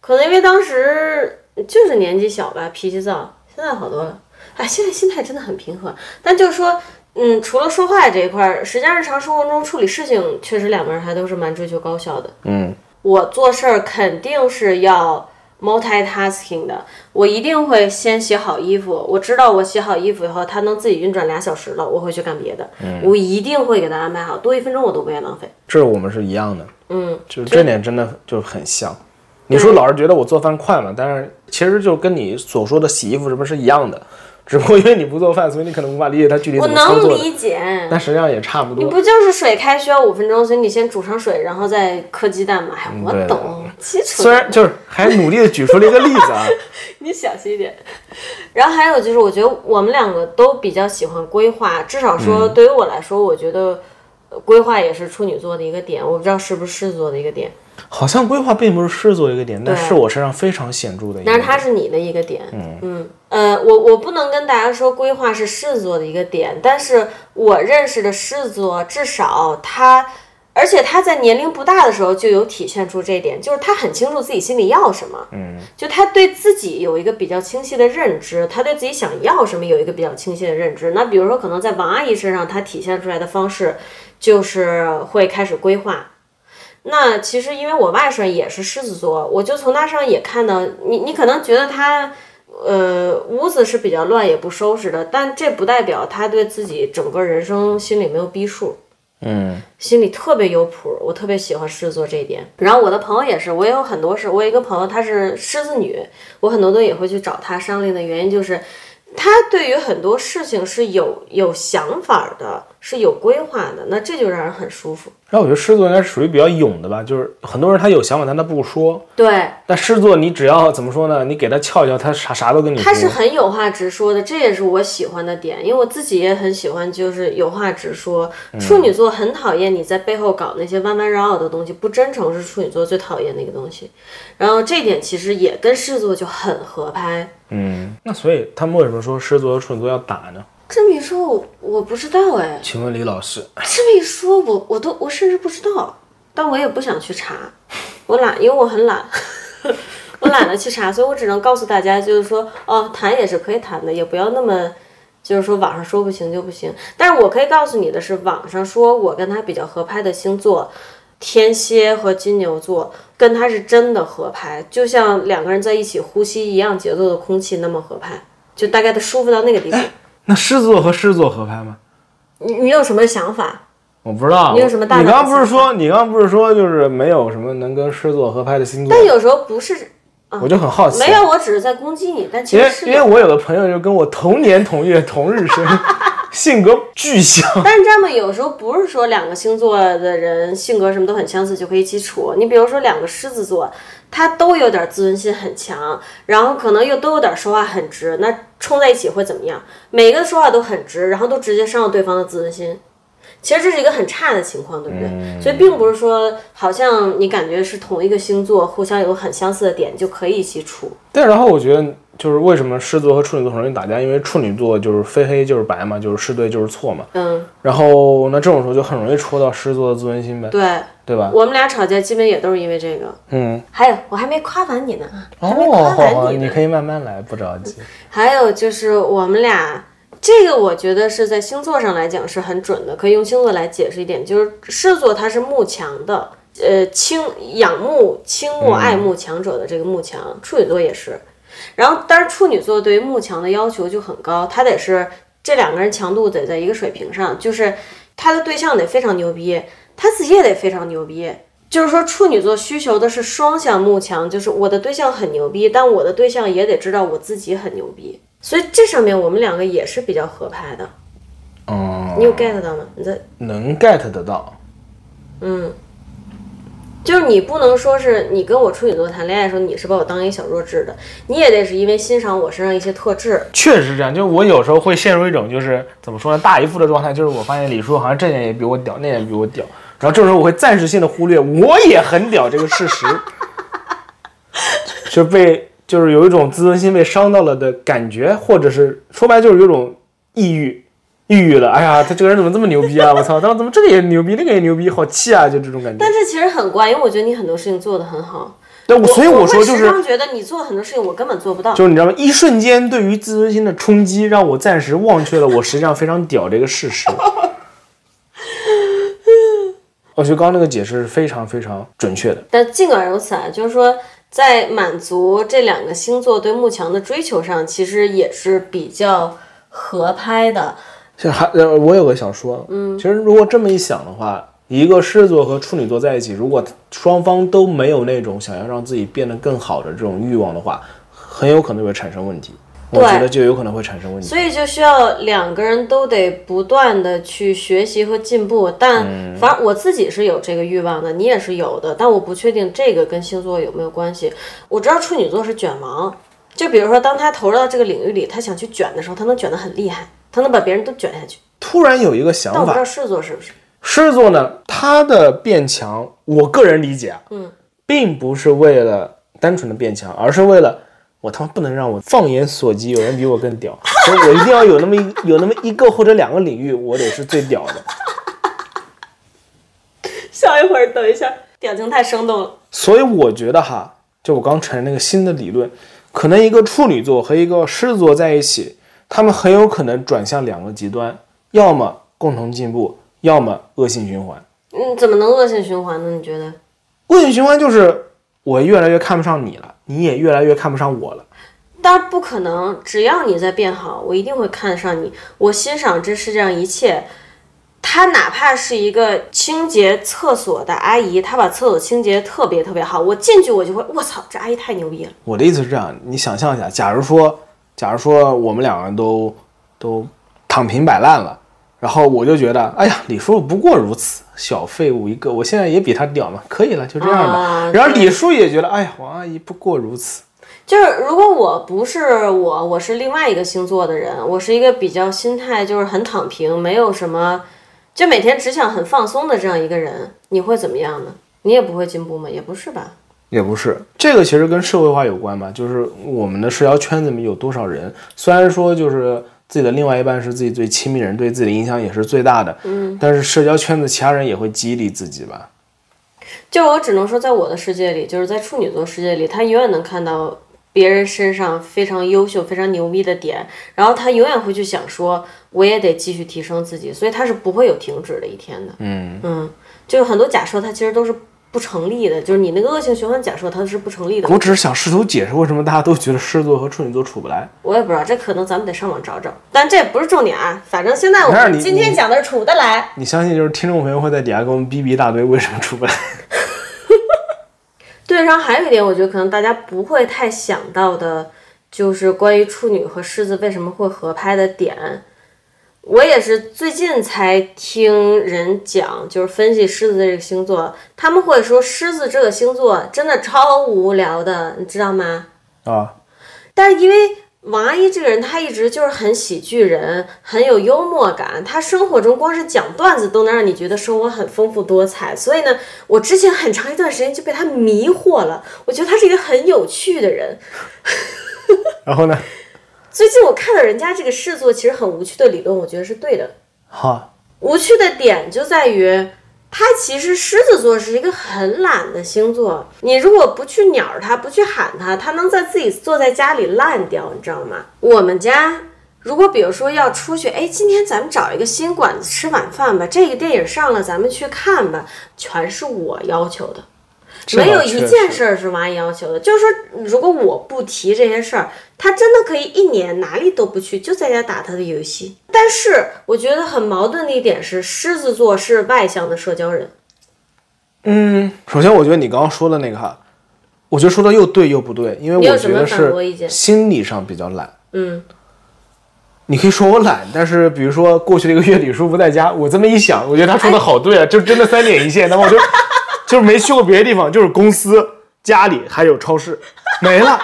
可能因为当时就是年纪小吧，脾气躁，现在好多了。哎，现在心态真的很平和。但就是说，嗯，除了说话这一块儿，实际上日常生活中处理事情，确实两个人还都是蛮追求高效的。
嗯，
我做事儿肯定是要 multitasking 的，我一定会先洗好衣服。我知道我洗好衣服以后，它能自己运转俩小时了，我会去干别的。
嗯
我一定会给它安排好，多一分钟我都不愿意浪费。
这我们是一样的，
嗯，
就是这点真的就是很像。你说老是觉得我做饭快嘛，但是其实就跟你所说的洗衣服什么是一样的，只不过因为你不做饭，所以你可能无法理解它具体
我
怎么操
能
作的，
理解。
但实际上也差不
你
多。
不就是水开需要五分钟，所以你先煮上水，然后再磕鸡蛋吗？哎，我
嗯对的
懂，基础
虽然就是还努力的举出了一个例 子啊，
你小心一点。然后还有就是，我觉得我们两个都比较喜欢规划，至少说
嗯
对于我来说，我觉得呃规划也是处女座的一个点，我不知道是不是狮子座的一个点，
好像规划并不是狮子座一个点，但
对
是我身上非常显著的一个
但
点。
是它是你的一个点。嗯呃，我我不能跟大家说规划是狮子座的一个点，但是我认识的狮子座，至少他。而且他在年龄不大的时候就有体现出这一点，就是他很清楚自己心里要什么，嗯，就他对自己有一个比较清晰的认知，他对自己想要什么有一个比较清晰的认知。那比如说，可能在王阿姨身上，她体现出来的方式就是会开始规划。那其实因为我外甥也是狮子座，我就从他身上也看到，你你可能觉得他。呃，屋子是比较乱，也不收拾的，但这不代表他对自己整个人生心里没有逼数。
嗯，
心里特别有谱，我特别喜欢狮子座这一点。然后我的朋友也是，我也有很多事，我有一个朋友她是狮子女，我很多都也会去找她商量的原因就是，她对于很多事情是有有想法的，是有规划的，那这就让人很舒服。
然后我觉得狮子座应该是属于比较勇的吧，就是很多人他有想法，但他不说。
对，
但狮子座你只要怎么说呢？你给他撬一撬，他啥啥都跟你说。
他是很有话直说的，这也是我喜欢的点，因为我自己也很喜欢，就是有话直说。处女座很讨厌你在背后搞那些弯弯绕绕的东西，不真诚是处女座最讨厌的一个东西。然后这点其实也跟狮子座就很合拍。
那所以他们为什么说狮子座和处女座要打呢？
这么一说，我我不知道哎，
请问李老师，
这么一说，我我都我甚至不知道，但我也不想去查，我懒，因为我很懒， 我懒得去查，所以我只能告诉大家，就是说，哦，谈也是可以谈的，也不要那么，就是说网上说不行就不行。但是我可以告诉你的是，网上说我跟他比较合拍的星座，天蝎和金牛座，跟他是真的合拍，就像两个人在一起呼吸一样节奏的空气那么合拍，就大概的舒服到那个地步。
那狮子座和狮子座合拍吗？
你你有什么想法？
我不知道。
你有什么大
你
胆的
刚刚不
想
是
法
说，你刚刚不是说，就是没有什么能跟狮子座合拍的星座
但？有时候不是
我就很好奇。啊
没啊有，我只是在攻击你，但其
因
实
为
是
因为
有
我有的朋友就跟我同年同月同日生，性格巨 像。
但是这么有时候不是说两个星座的人性格什么都很相似就可以一起处。你比如说两个狮子座，他都有点自尊心很强，然后可能又都有点说话很直，那冲在一起会怎么样？每个说话都很直，然后都直接伤了对方的自尊心。其实这是一个很差的情况，对不对？所以并不是说好像你感觉是同一个星座，互相有很相似的点就可以一起处。
但然后我觉得就是为什么狮子座和处女座很容易打架，因为处女座就是非黑就是白嘛，就是是对就是错嘛。
嗯，
然后那这种时候就很容易戳到狮子座的自尊心呗，
对，
对吧？
我们俩吵架基本也都是因为这个。
嗯，
还有，我还没夸完你呢啊，还没
哦
夸，
好，
完
你
呢。
可以慢慢来，不着急。
还有就是我们俩，这个我觉得是在星座上来讲是很准的，可以用星座来解释一点，就是狮子座它是慕强的，呃，倾仰慕、倾慕、爱慕强者的这个慕强，处女座也是。然后，但是处女座对于慕强的要求就很高，他得是这两个人强度得在一个水平上，就是他的对象得非常牛逼，他自己也得非常牛逼。就是说，处女座需求的是双向慕强，就是我的对象很牛逼，但我的对象也得知道我自己很牛逼。所以这上面我们两个也是比较合拍的，
嗯，
你有 get 到吗？你在
能 get 得到。
嗯，就是你不能说是你跟我处女座谈恋爱的时候，你是把我当一小弱智的，你也得是因为欣赏我身上一些特质，
确实是这样，就是我有时候会陷入一种就是怎么说呢，大姨夫的状态，就是我发现李叔好像这点也比我屌，那点也比我屌，然后这时候我会暂时性的忽略我也很屌这个 事实，就被就是有一种自尊心被伤到了的感觉，或者是说白了就是有种抑郁，抑郁了，哎呀，他这个人怎么这么牛逼啊，我操，他怎么这个也牛逼，那个也牛逼，好气啊，就这种感觉
但。这其实很怪，因为我觉得你很多事情做得很好。
但我所以
我
我说就
会
是
时常觉得你做很多事情我根本做不到。
就是你知道吗？一瞬间对于自尊心的冲击，让我暂时忘却了我实际上非常屌这个事 实。我觉得刚刚那个解释是非常非常准确的。
但尽管如此啊，就是说，在满足这两个星座对慕强的追求上，其实也是比较合拍的。
其实还呃，我有个想说，嗯，其实如果这么一想的话，一个狮子座和处女座在一起，如果双方都没有那种想要让自己变得更好的这种欲望的话，很有可能会产生问题。我
对
觉得就有可能会产生问题。
所以就需要两个人都得不断的去学习和进步。但反正我自己是有这个欲望的，你也是有的，但我不确定这个跟星座有没有关系。我知道处女座是卷王，就比如说当他投入到这个领域里，他想去卷的时候，他能卷得很厉害，他能把别人都卷下去。
突然有一个想
但我不
法
知，道狮子座是不是。
狮子座呢，它的变强，我个人理解啊，嗯，并不是为了单纯的变强，而是为了我他妈不能让我放眼所及，有人比我更屌， 所以我一定要有那么一有那么一个或者两个领域，我得是最屌的。
笑一会儿，等一下，表情太生动了。
所以我觉得哈，就我刚承认那个新的理论，可能一个处女座和一个狮子座在一起，他们很有可能转向两个极端，要么共同进步，要么恶性循环。
嗯，怎么能恶性循环呢？你觉得？
恶性循环就是我越来越看不上你了，你也越来越看不上我了。
当然不可能，只要你在变好，我一定会看上你，我欣赏这世界上一切。他哪怕是一个清洁厕所的阿姨，她把厕所清洁得特别特别好，我进去我就会，我操，这阿姨太牛逼了。
我的意思是这样，你想象一下，假如说，假如说我们两个人都都躺平摆烂了，然后我就觉得，哎呀，李叔不过如此，小废物一个，我现在也比他屌嘛，可以了，就这样吧。
啊
然后李叔也觉得，哎呀，王阿姨不过如此。
就是如果我不是我，我是另外一个星座的人，我是一个比较心态就是很躺平，没有什么，就每天只想很放松的这样一个人，你会怎么样呢？你也不会进步吗？也不是吧。
也不是，这个其实跟社会化有关吧，就是我们的社交圈子里面有多少人，虽然说就是自己的另外一半是自己最亲密人，对自己的影响也是最大的，嗯，但是社交圈子其他人也会激励自己吧。
就我只能说，在我的世界里，就是在处女座世界里，他永远能看到别人身上非常优秀、非常牛逼的点，然后他永远会去想说，我也得继续提升自己，所以他是不会有停止的一天的。嗯嗯，就是很多假设，它其实都是不成立的，就是你那个恶性循环假设，它是不成立的。
我只是想试图解释为什么大家都觉得狮子座和处女座处不来。
我也不知道，这可能咱们得上网找找，但这也不是重点啊。反正现在我
没事
们
你
今天讲的是处得来。
你相信就是听众朋友会在底下给我们逼逼一大堆为什么处不来？
对，然后还有一点，我觉得可能大家不会太想到的，就是关于处女和狮子为什么会合拍的点。我也是最近才听人讲，就是分析狮子这个星座，他们会说狮子这个星座真的超无聊的，你知道吗？
啊，
但是因为王阿姨这个人，她一直就是很喜剧人，很有幽默感。她生活中光是讲段子都能让你觉得生活很丰富多彩。所以呢，我之前很长一段时间就被她迷惑了。我觉得她是一个很有趣的人。
然后呢？
最近我看到人家这个视作其实很无趣的理论，我觉得是对的。
好，
无趣的点就在于，它其实狮子座是一个很懒的星座。你如果不去鸟它，不去喊它，它能在自己坐在家里烂掉，你知道吗？我们家如果比如说要出去，哎，今天咱们找一个新馆子吃晚饭吧，这个电影上了，咱们去看吧，全是我要求的。没有一件事儿是王阿姨要求的，就是说，如果我不提这些事儿，他真的可以一年哪里都不去，就在家打他的游戏。但是我觉得很矛盾的一点是，狮子座是外向的社交人，
首先我觉得你刚刚说的那个哈，我觉得说的又对又不对，因为
你有
我
什
觉
么
得
反驳意见
是心理上比较懒。
嗯，
你可以说我懒，但是比如说过去的一个月李叔不在家，我这么一想，我觉得他说的好 对啊，就真的三点一线。那么我就 就是没去过别的地方，就是公司、家里还有超市， 没了。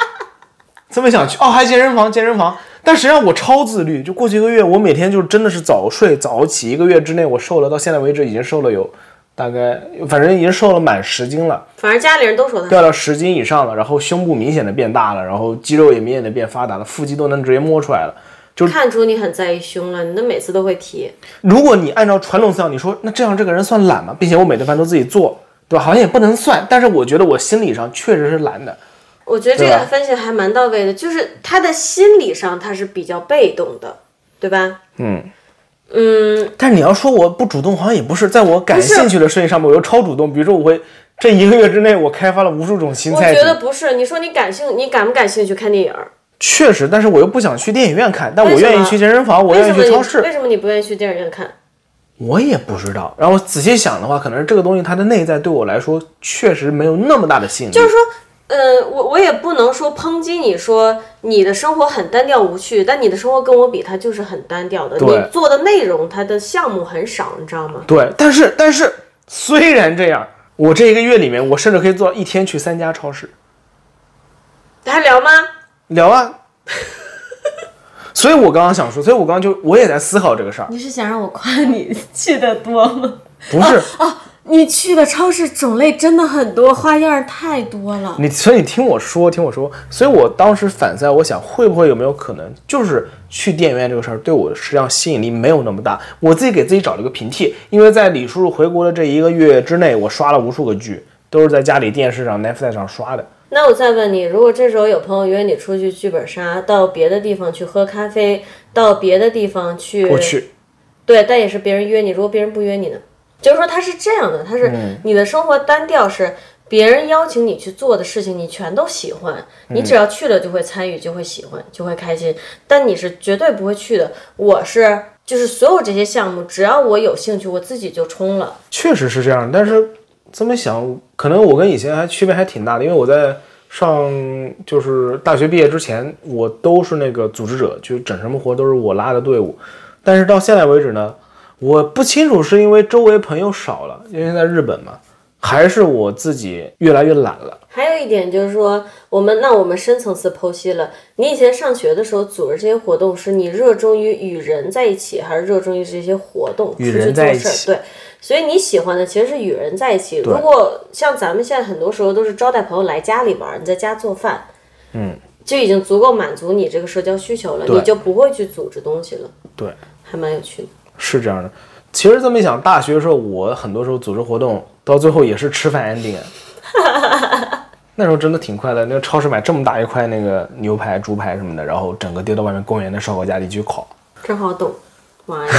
这么想去哦，还健身房，健身房。但实际上我超自律，就过去一个月，我每天就真的是早睡早起，一个月之内我瘦了，到现在为止已经瘦了有大概，反正已经瘦了满十斤了。
反正家里人都说他
掉到十斤以上了，然后胸部明显的变大了，然后肌肉也明显的变发达了，腹肌都能直接摸出来了。
看出你很在意胸了，你的每次都会提。
如果你按照传统思想，你说那这样这个人算懒吗？并且我每顿饭都自己做，对吧？好像也不能算，但是我觉得我心理上确实是懒的。
我觉得这
对
个
吧
分析还蛮到位的，就是他的心理上他是比较被动的，对吧？
但是你要说我不主动，好像也不是。在我感
不是啊
兴趣的事情上面，我又超主动。比如说，我会这一个月之内，我开发了无数种新
我
菜
觉
品。
得不是，你说你感兴，你感不感兴趣看电影儿？
确实，但是我又不想去电影院看，但
为
我
什么
愿意去健身房，我
为
愿
什
意
么
去
你
呃超市
为。什么你不愿意去电影院看？
我也不知道。然后仔细想的话，可能是这个东西它的内在对我来说确实没有那么大的吸引力。
就是说，呃，我我也不能说抨击你说你的生活很单调无趣，但你的生活跟我比，它就是很单调的。
对
你做的内容，它的项目很少，你知道吗？
对，但是但是虽然这样，我这一个月里面，我甚至可以做到一天去三家超市
还聊吗？
聊啊。所以我刚刚想说，所以我刚刚就我也在思考这个事儿，
你是想让我夸你 去的多吗？
不是、
你去的超市种类真的很多，花样太多了。
你，所以你听我说，听我说。所以我当时反思，我想会不会有没有可能，就是去电影院这个事儿对我实际上吸引力没有那么大，我自己给自己找了一个平替，因为在李叔叔回国的这一个月之内，我刷了无数个剧，都是在家里电视上、Netflix 上刷的。
那我再问你，如果这时候有朋友约你出去剧本杀，到别的地方去喝咖啡，到别的地方去，
我去，
对，但也是别人约你。如果别人不约你呢？就是说他是这样的，他是你的生活单调是别人邀请你去做的事情，你全都喜欢，你只要去了就会参与，就会喜欢，就会开心。但你是绝对不会去的。我是就是所有这些项目，只要我有兴趣，我自己就冲了。
确实是这样，但是这么想，可能我跟以前还区别还挺大的，因为我在上就是大学毕业之前，我都是那个组织者，就整什么活都是我拉的队伍。但是到现在为止呢，我不清楚是因为周围朋友少了，因为在日本嘛，还是我自己越来越懒了。
还有一点就是说，我们那我们深层次剖析了，你以前上学的时候组织这些活动，是你热衷于与人在一起，还是热衷于这些活动
与
出去
人
做
在一
事儿？
起
对，所以你喜欢的其实是与人在一起。如果像咱们现在很多时候都是招待朋友来家里玩儿，你在家做饭，嗯，就已经足够满足你这个社交需求了，你就不会去组织东西了。
对，
还蛮有趣的。
是这样的。其实这么一想，大学的时候我很多时候组织活动，到最后也是吃饭 ending。那时候真的挺快乐，那个超市买这么大一块那个牛排、猪排什么的，然后整个丢到外面公园的烧烤架里去烤。
正好懂， 妈呀，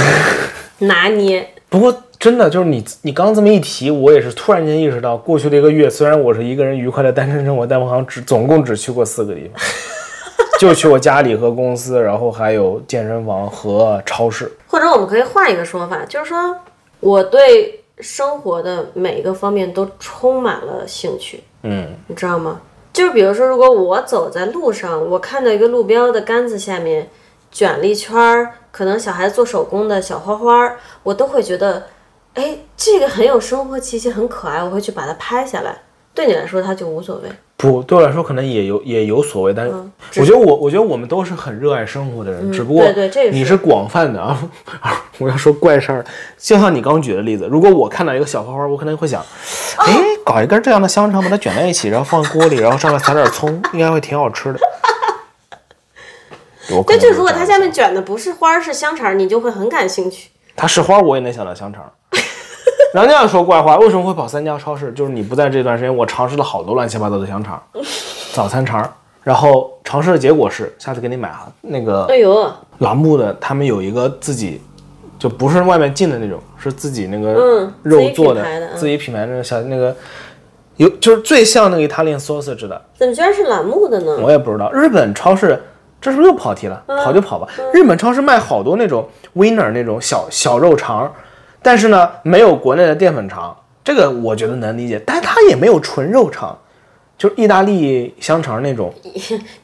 拿捏。
不过真的就是你，你刚这么一提，我也是突然间意识到，过去的一个月，虽然我是一个人愉快的单身生活，但我好像只总共只去过四个地方， 就去我家里和公司，然后还有健身房和超市。
或者我们可以换一个说法，就是说我对生活的每一个方面都充满了兴趣，
嗯，
你知道吗？就是比如说，如果我走在路上，我看到一个路标的杆子下面卷了一圈儿，可能小孩做手工的小花花儿，我都会觉得，哎，这个很有生活气息，很可爱，我会去把它拍下来。对你来说，它就无所谓。
不，对我来说可能也有也有所谓，但是
嗯只嗯
我觉得我我觉得我们都是很热爱生活的人，只不过
对对这个
你
是
是广泛的啊。 啊我要说怪事儿，就像你刚举的例子，如果我看到一个小花花，我可能会想，哎，搞一根这样的香肠，把它卷在一起，然后放锅里，然后上面撒点葱，应该会挺好吃的。 我可
对，
能
就
会
如果
这样
它下面卷的不是花儿，是香肠儿，你就会很感兴趣。
它是花，我也能想到香肠。然后那样说怪话，为什么会跑三家超市？就是你不在这段时间，我尝试了好多乱七八糟的香肠，早餐肠。然后尝试的结果是，下次给你买啊，那个
哎呦，
栏目的，他们有一个自己，就不是外面进的那种，是自己那个
嗯
肉做的，
自己品牌的嗯
自己品牌那个小那个，有就是最像那个 Italian sausage 的，
怎么居然是栏目的呢？
我也不知道。日本超市这是不是又跑题了？
嗯
跑就跑吧。日本超市卖好多那种 winner 那种小小肉肠，但是呢，没有国内的淀粉肠，这个我觉得能理解，但是它也没有纯肉肠，就是意大利香肠那种。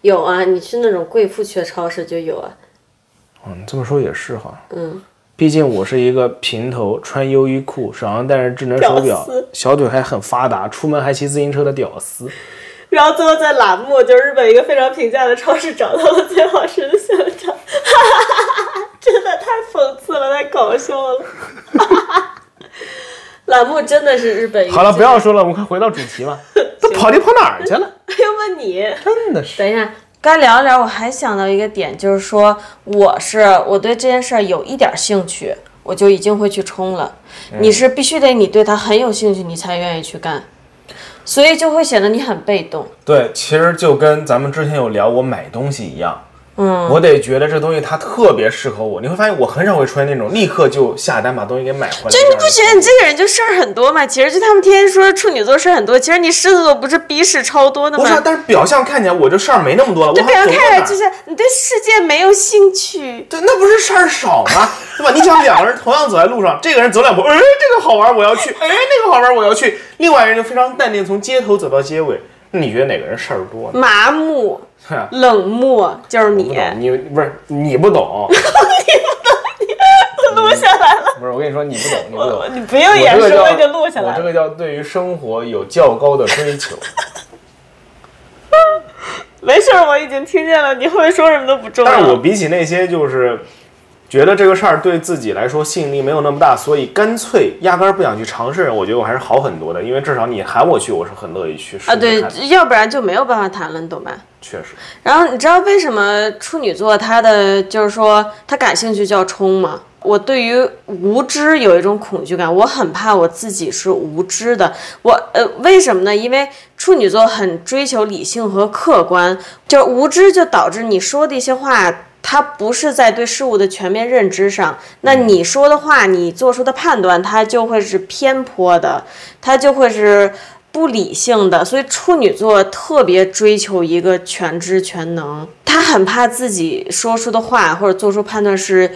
有啊，你去那种贵妇区的超市就有啊。
嗯，这么说也是哈。
嗯，
毕竟我是一个平头，穿优衣库，手上戴着智能手
屌
表
丝，
小腿还很发达，出门还骑自行车的屌丝。
然后最后在栏目，就是日本一个非常平价的超市找到了最好吃的香肠，哈哈哈哈！ 真的太讽刺了，太搞笑了。 栏目真的是日本一个
好了，不要说了，我们快回到主题 吧。都跑题跑哪儿去了？
要哎问你，
真的是。
等一下，该聊一聊。我还想到一个点，就是说，我是我对这件事儿有一点兴趣，我就已经会去冲了。
嗯
你是必须得你对它很有兴趣，你才愿意去干，所以就会显得你很被动。
对，其实就跟咱们之前有聊我买东西一样，嗯，我得觉得这东西它特别适合我。你会发现我很少会出现那种立刻就下单把东西给买回来这
哎，
样
你
的。
不觉得你这个人就事儿很多吗？其实就他们天天说处女座事儿很多，其实你狮子座不是逼事超多的
不是啊，
吗？
但是表象看起来我这事儿没那么多了，我
这
还
表现
走到
看起来
哪儿
就是你对世界没有兴趣。
对，那不是事儿少吗？对吧？你想两个人同样走在路上，这个人走两步，哎，这个好玩，我要 去；哎，那个好玩，我要去。另外一个人就非常淡定，从街头走到街尾。那你觉得哪个人事儿多呢？
麻木、
啊
冷漠，就是
不
你
懂，你不是你不懂，
录下来了。
不是我跟你说你不懂，你不懂。
你不 用
我
演
这个
示，
叫
我已经录下
我
来
这
了。
个叫对于生活有较高的追求。
没事儿，我已经听见了。你后面说什么都不重要。
但是我比起那些就是觉得这个事儿对自己来说吸引力没有那么大，所以干脆压根儿不想去尝试，我觉得我还是好很多的，因为至少你喊我去，我是很乐意去试试
啊，对
看的，
要不然就没有办法谈了，你懂吧？
确实，
然后你知道为什么处女座他的就是说他感兴趣就要冲吗？我对于无知有一种恐惧感，我很怕我自己是无知的。我呃，为什么呢？因为处女座很追求理性和客观，就是无知就导致你说的一些话，它不是在对事物的全面认知上。那你说的话，你做出的判断，它就会是偏颇的，它就会是不理性的，所以处女座特别追求一个全知全能，他很怕自己说出的话或者做出判断是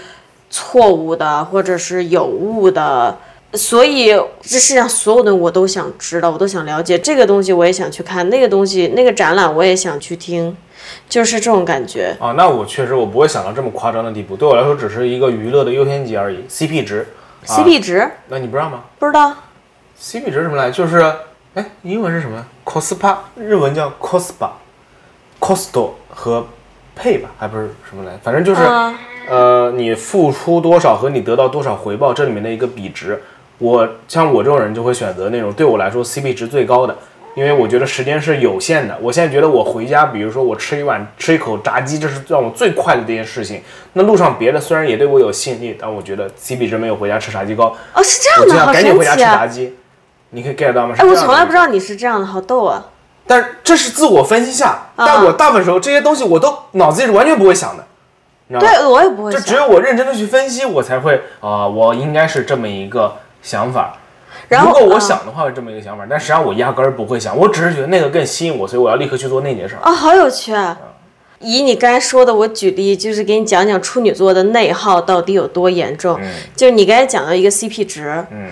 错误的，或者是有误的。所以这世界上所有的我都想知道，我都想了解这个东西，我也想去看那个东西，那个展览我也想去听，就是这种感觉。
啊，那我确实我不会想到这么夸张的地步，对我来说只是一个娱乐的优先级而已，CP 值。
CP 值
那你不让吗
不知道，
？CP 值什么来？就是，哎，英文是什么？cospa，日文叫 cospa，costo 和配吧，还不是什么来，反正就是。
嗯，
呃，你付出多少和你得到多少回报这里面的一个比值。我像我这种人就会选择那种对我来说 CP 值最高的，因为我觉得时间是有限的。我现在觉得我回家，比如说我吃一碗吃一口炸鸡，这是让我最快乐的一件事情。那路上别的虽然也对我有吸引力，但我觉觉得 CP 值没有回家吃炸鸡高。
哦，是这
我
样
就
的，
想
好
赶紧
神
回家吃
奇
炸
啊！
鸡，你可以 get 到吗？是
哎，我
这样
从
的
来
一个
不知道你是这样的，好逗啊！
但是这是自我分析下，但我大部分时候这些东西我都脑子里是完全不会想的，你知道吗？
对，我也不会
啊就
想。
只有我认真的去分析，我才会啊、我应该是这么一个想法。
然后
如果我
嗯
想的话，是这么一个想法，但实际上我压根儿不会想，我只是觉得那个更吸引我，所以我要立刻去做那件事儿。
啊、好有趣啊！以你刚才说的，我举例就是给你讲讲处女座的内耗到底有多严重。就你刚才讲到一个 CP 值，嗯，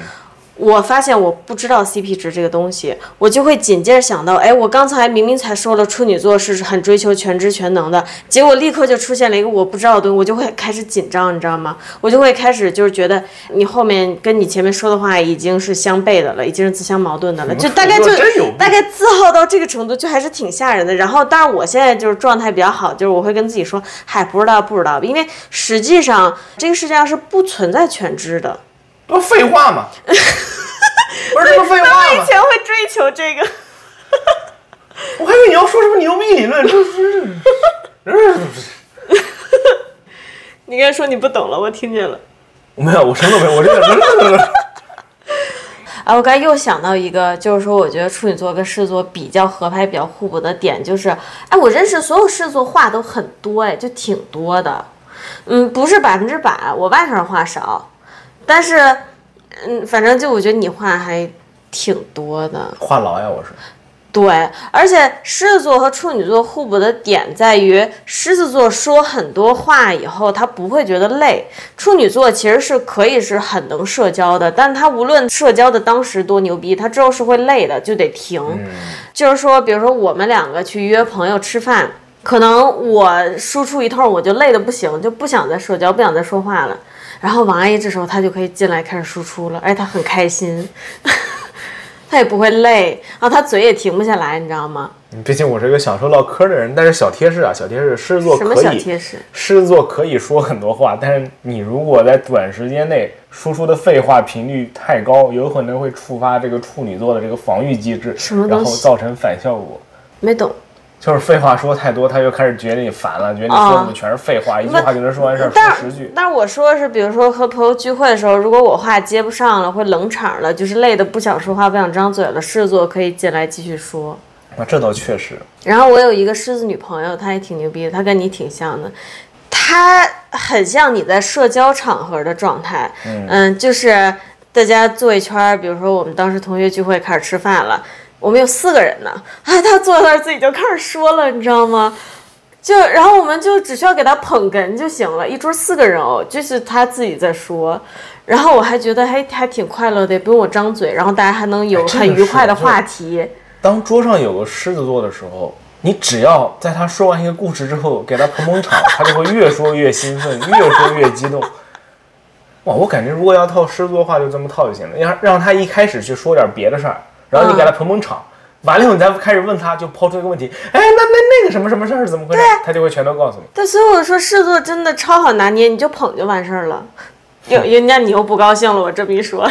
我发现我不知道 CP 值这个东西，我就会紧接着想到，哎，我刚才明明才说了处女座是很追求全知全能的，结果立刻就出现了一个我不知道的东西，我就会开始紧张，你知道吗？我就会开始就是觉得你后面跟你前面说的话已经是相悖的了，已经是自相矛盾的了，就大概就
处女座真有病
大概自耗到这个程度，就还是挺吓人的。然后，但是我现在就是状态比较好，就是我会跟自己说，嗨，不知道不知道，因为实际上这个世界上是不存在全知的。
不废话 嘛，不是这不废话
以
吗？
前会追求这个，
我还以为你要说什么牛逼理论，这是，
你刚才说你不懂了，我听见了。
我没有，我什么都没有，我这 个
啊，我刚才又想到一个，就是说，我觉得处女座跟狮子座比较合拍、比较互补的点，就是，哎，我认识所有狮子座话都很多，哎，就挺多的。嗯，不是百分之百，我外甥话少，但是，嗯，反正就我觉得你话还挺多的。
话痨呀，我是。
对，而且狮子座和处女座互补的点在于，狮子座说很多话以后，他不会觉得累。处女座其实是可以是很能社交的，但他无论社交的当时多牛逼，他之后是会累的，就得停。就是说，比如说我们两个去约朋友吃饭，可能我输出一通我就累得不行，就不想再社交，不想再说话了。然后王阿姨这时候她就可以进来开始输出了，哎，她很开心，她也不会累，然后她嘴也停不下来，你知道吗？
毕竟我是一个享受唠嗑的人，但是小贴士啊，小贴士，狮子座
什么
可
小
以，
贴士
狮子座可以说很多话，但是你如果在短时间内输出的废话频率太高，有可能会触发这个处女座的这个防御机制
什么，东
然
西
后造成反效果。
没懂。
就是废话说太多，他就开始觉得你烦了，觉得你说的全是废话，一句话就能说完事儿，
哦但
说十句。
但是我说的是，比如说和朋友聚会的时候，如果我话接不上了，会冷场了，就是累得不想说话、不想张嘴了，狮子座可以进来继续说。
那这倒确实，
然后我有一个狮子女朋友，她也挺牛逼的，她跟你挺像的，她很像你在社交场合的状态，嗯就是大家坐一圈儿，比如说我们当时同学聚会开始吃饭了，我们有四个人呢，啊，她坐那儿自己就开始说了，你知道吗？就然后我们就只需要给她捧哏就行了，一桌四个人哦，就是她自己在说。然后我还觉得还还挺快乐的，也不用我张嘴，然后大家还能有
哎这
很
个
愉快的
是这
话题。
当桌上有个狮子座的时候，你只要在他说完一个故事之后，给他捧捧场，他就会越说越兴奋，越说越激动。 哇，我感觉如果要套狮子座话，就这么套就行了，让让他一开始去说点别的事儿，然后你给他捧捧场，完了以后你再开始问他，就抛出一个问题，哎，那那那个什么什么事儿是怎么回事？他就会全都告诉你。
对，所以我说狮子座真的超好拿捏，你就捧就完事儿了。有人家你又不高兴了，我这么一说，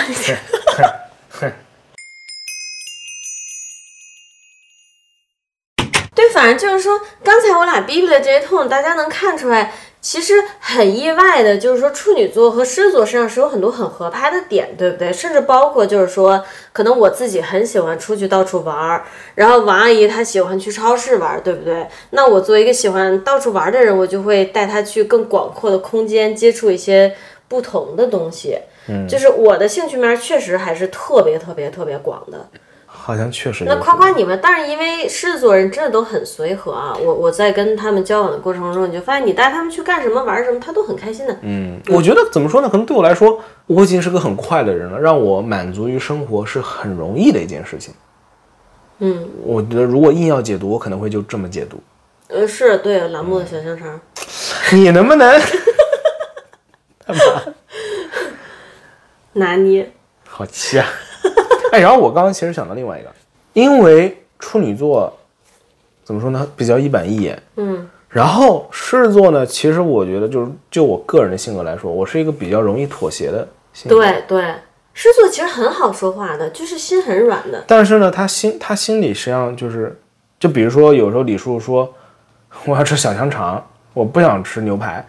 对，反正就是说，刚才我俩逼逼的这些痛，大家能看出来，其实很意外的，就是说处女座和狮子座身上是有很多很合拍的点，对不对？甚至包括就是说，可能我自己很喜欢出去到处玩儿，然后王阿姨她喜欢去超市玩儿，对不对？那我作为一个喜欢到处玩儿的人，我就会带她去更广阔的空间，接触一些不同的东西。嗯，就是我的兴趣面儿确实还是特别特别特别广的。
好像确实
那夸夸你们，但是因为狮子座人真的都很随和啊，我我在跟他们交往的过程中，你就发现你带他们去干什么玩什么，他都很开心的。
我觉得怎么说呢？可能对我来说，我已经是个很快的人了，让我满足于生活是很容易的一件事情。
嗯，
我觉得如果硬要解读，我可能会就这么解读。
呃，是对栏目的小香肠，
你能不能？
拿捏。
好 气啊！哎，然后我刚刚其实想到另外一个，因为处女座怎么说呢，比较一板一眼。
嗯
然后狮子座呢，其实我觉得就是就我个人的性格来说，我是一个比较容易妥协的性格。
对对，狮子座其实很好说话的，就是心很软的。
但是呢，他心他心里实际上就是，就比如说有时候李叔说 我要吃小香肠，我不想吃牛排，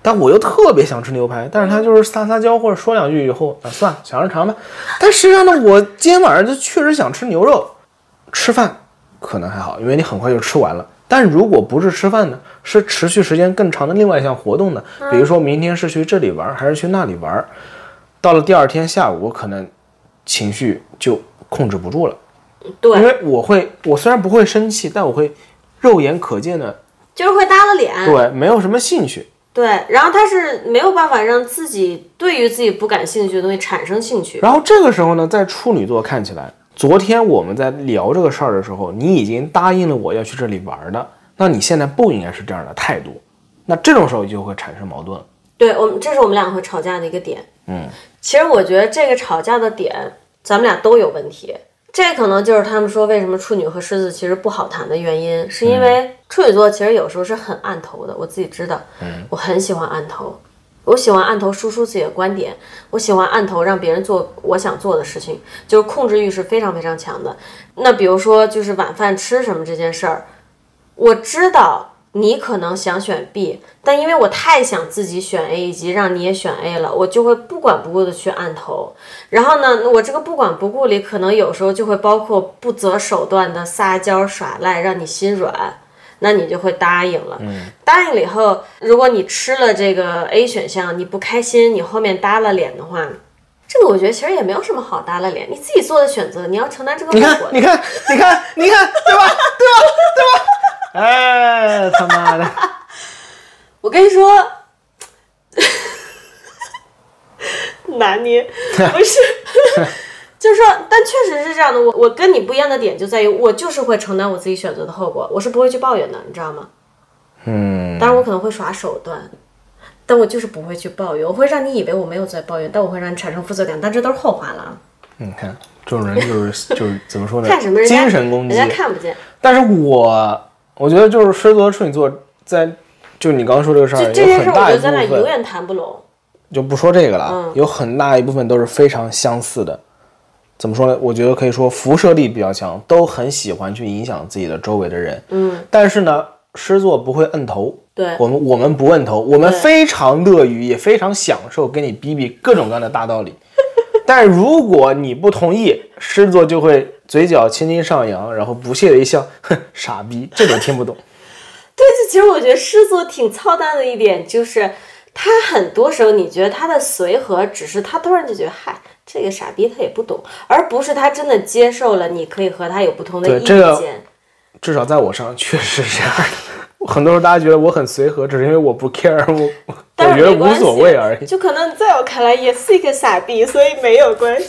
但我又特别想吃牛排，但是他就是撒撒娇或者说两句以后啊，算了，小香肠吧。但实际上呢，我今天晚上就确实想吃牛肉，吃饭可能还好，因为你很快就吃完了。但如果不是吃饭呢，是持续时间更长的另外一项活动呢，比如说明天是去这里玩儿还是去那里玩儿，到了第二天下午，我可能情绪就控制不住了，因
对，
为我会，我虽然不会生气，但我会肉眼可见的
就是会耷拉脸。
对没有什么兴趣。
对，然后他是没有办法让自己对于自己不感兴趣的东西产生兴趣。
然后这个时候呢，在处女座看起来，昨天我们在聊这个事儿的时候，你已经答应了我要去这里玩的，那你现在不应该是这样的态度，那这种时候就会产生矛盾了。
对我们，这是我们俩会吵架的一个点。嗯，其实我觉得这个吵架的点，咱们俩都有问题。这可能就是他们说为什么处女和狮子其实不好谈的原因，是因为处女座其实有时候是很暗头的，我自己知道，我很喜欢暗头，我喜欢按头输出自己的观点，我喜欢按头让别人做我想做的事情，就是控制欲是非常非常强的。那比如说就是晚饭吃什么这件事儿，我知道你可能想选 B，但因为我太想自己选 A 以及让你也选 A 了，我就会不管不顾的去按头。然后呢，我这个不管不顾里，可能有时候就会包括不择手段的撒娇耍赖，让你心软。那你就会答应了。
嗯
答应了以后，如果你吃了这个 A 选项，你不开心，你后面耷拉脸的话，这个我觉得其实也没有什么好耷拉脸，你自己做的选 择，你要承担这个后
你看
果，的
你。看，你看，你看，对吧？对吧？对吧？哎，他妈的！
我跟你说， 拿捏不是， 就是说，但确实是这样的。我我跟你不一样的点就在于，我就是会承担我自己选择的后果，我是不会去抱怨的，你知道吗？嗯，当然我可能会耍手段。但我就是不会去抱怨，我会让你以为我没有在抱怨，但我会让你产生负罪感，但这都是后话了啊！
嗯你看，这种人就是就是怎么说呢？
看什么人家
精神攻击。
人家看不见，
但是我我觉得就是狮子座、处女座在就你刚刚说这个事儿，
就这件事，
啊有很
我觉
大一
得
部
咱俩永
分
远谈不拢。
就不说这个了啊，
嗯
有很大一部分都是非常相似的。怎么说呢？我觉得可以说辐射力比较强，都很喜欢去影响自己的周围的人。
嗯，
但是呢，狮子座不会摁头，
对，
我们我们不摁头，我们
对
非常乐于，也非常享受跟你比比各种各样的大 道理。但如果你不同意，狮子座就会嘴角轻轻上扬，然后不屑的一笑， 哼，傻逼，这种听不懂。
对，就其实我觉得狮子座挺操蛋的一点就是，他很多时候你觉得他的随和，只是他突然就觉得，嗨，这个傻逼他也不懂，而不是他真的接受了你可以和他有不同的
对
意见。
这个至少在我上确实是这样的。很多时候大家觉得我很随和，只是因为我不 care，我我我
但
觉
是
得
没
无
关系
所谓而已。
就可能在我看来也是一个傻逼，所以没有关系。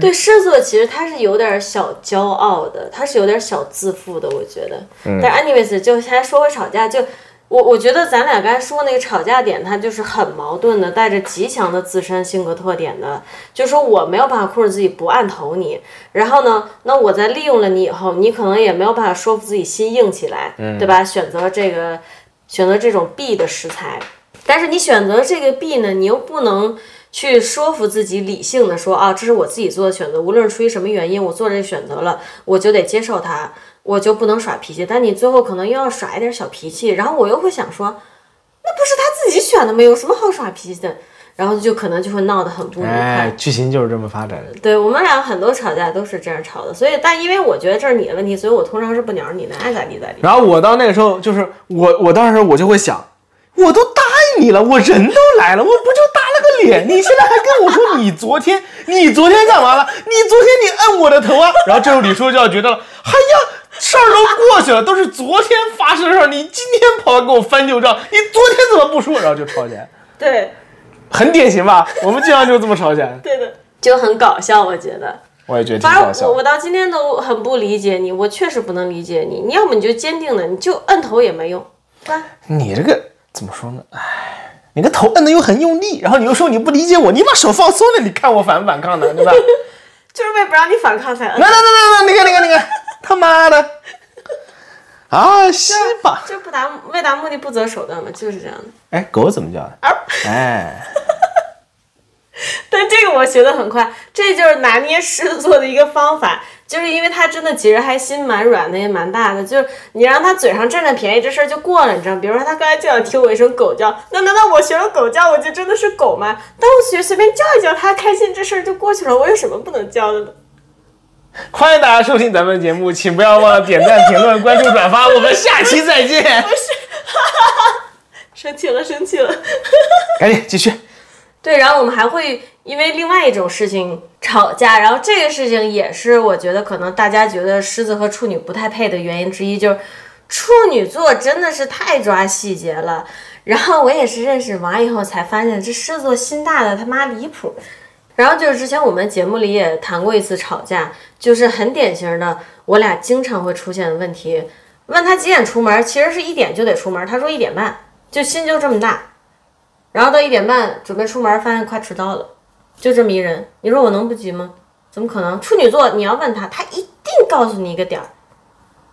对狮子座，其实他是有点小骄傲的，他是有点小自负的，我觉得。但 anyways，就现在说回吵架，就我我觉得咱俩刚才说那个吵架点，它就是很矛盾的，带着极强的自身性格特点的，就说我没有办法控制自己不按头你，然后呢，那我在利用了你以后，你可能也没有办法说服自己心硬起来，对吧？选择这个选择这种 B 的食材，但是你选择这个 B 呢，你又不能去说服自己理性的说啊，这是我自己做的选择，无论出于什么原因，我做这个选择了，我就得接受它，我就不能耍脾气。但你最后可能又要耍一点小脾气，然后我又会想说，那不是他自己选的吗？有什么好耍脾气的？然后就可能就会闹得很不愉快。
哎，剧情就是这么发展的。
对我们俩很多吵架都是这样吵的，所以但因为我觉得这是你的问题，所以我通常是不鸟你的，爱咋地咋地。
然后我到那个时候，就是我我当时我就会想，我都答应你了，我人都来了，我不就耷了个脸？你现在还跟我说你昨天， 你昨天干嘛了？你昨天你摁我的头啊！然后这时候李叔就要觉得了，哎呀，事儿都过去了，都是昨天发生的事儿，你今天跑来跟我翻旧账，你昨天怎么不说？然后就吵起来，
对，
很典型吧？我们经常就这么吵起来。
对的，就很搞笑，我觉得。
我也觉得挺
反
搞
正
笑
我。我到今天都很不理解你，我确实不能理解你。你要么你就坚定的，你就摁头也没用，对吧？
你这个怎么说呢？哎，你个头摁的又很用力，然后你又说你不理解我，你把手放松了，你看我反不反抗呢？对吧？
就是为不让你反抗才摁
来，来来来来，那个那个那个，他妈的！啊，西吧！
就不达为达目的不择手段嘛，就是这样的。
哎，狗怎么叫的？哎，
但这个我学的很快，这就是拿捏狮子座的一个方法，就是因为他真的其实还心蛮软的，也蛮大的，就是你让他嘴上占占便宜，这事儿就过了，你知道吗？比如说他刚才就想听我一声狗叫，那难道我学了狗叫，我就真的是狗吗？但我学随便叫一叫，他开心，这事儿就过去了，我有什么不能教的呢？
欢迎大家收听咱们节目，请不要忘了点赞、评论、关注、转发，我们下期再见。
生气了，生气了。
赶紧继续。
对，然后我们还会因为另外一种事情吵架，然后这个事情也是我觉得可能大家觉得狮子和处女不太配的原因之一，就是处女座真的是太抓细节了。 然后我也是认识王以后才发现，这狮子座心大的他妈离谱。然后就是之前我们节目里也谈过一次吵架，就是很典型的我俩经常会出现的问题。问他几点出门，其实是一点就得出门，他说一点半，就心就这么大。然后到一点半准备出门，发现快迟到了，就这么一人。你说我能不急吗？怎么可能？处女座，你要问他，他一定告诉你一个点儿，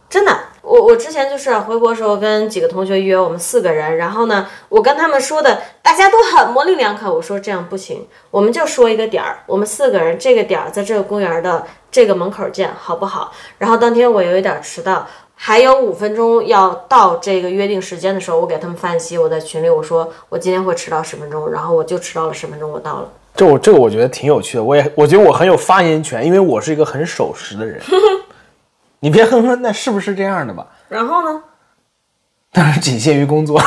真的。我我之前就是、啊、回国时候跟几个同学约，我们四个人，然后呢，我跟他们说的，大家都很模棱两可。我说这样不行，我们就说一个点儿，我们四个人这个点儿在这个公园的这个门口见，好不好？然后当天我有一点儿迟到，还有五分钟要到这个约定时间的时候，我给他们发信息，我在群里我说我今天会迟到十分钟，然后我就迟到了十分钟，我到了。
这我这个我觉得挺有趣的，我也我觉得我很有发言权，因为我是一个很守时的人。你别哼哼，那是不是这样的吧？
然后呢？
但是仅限于工作，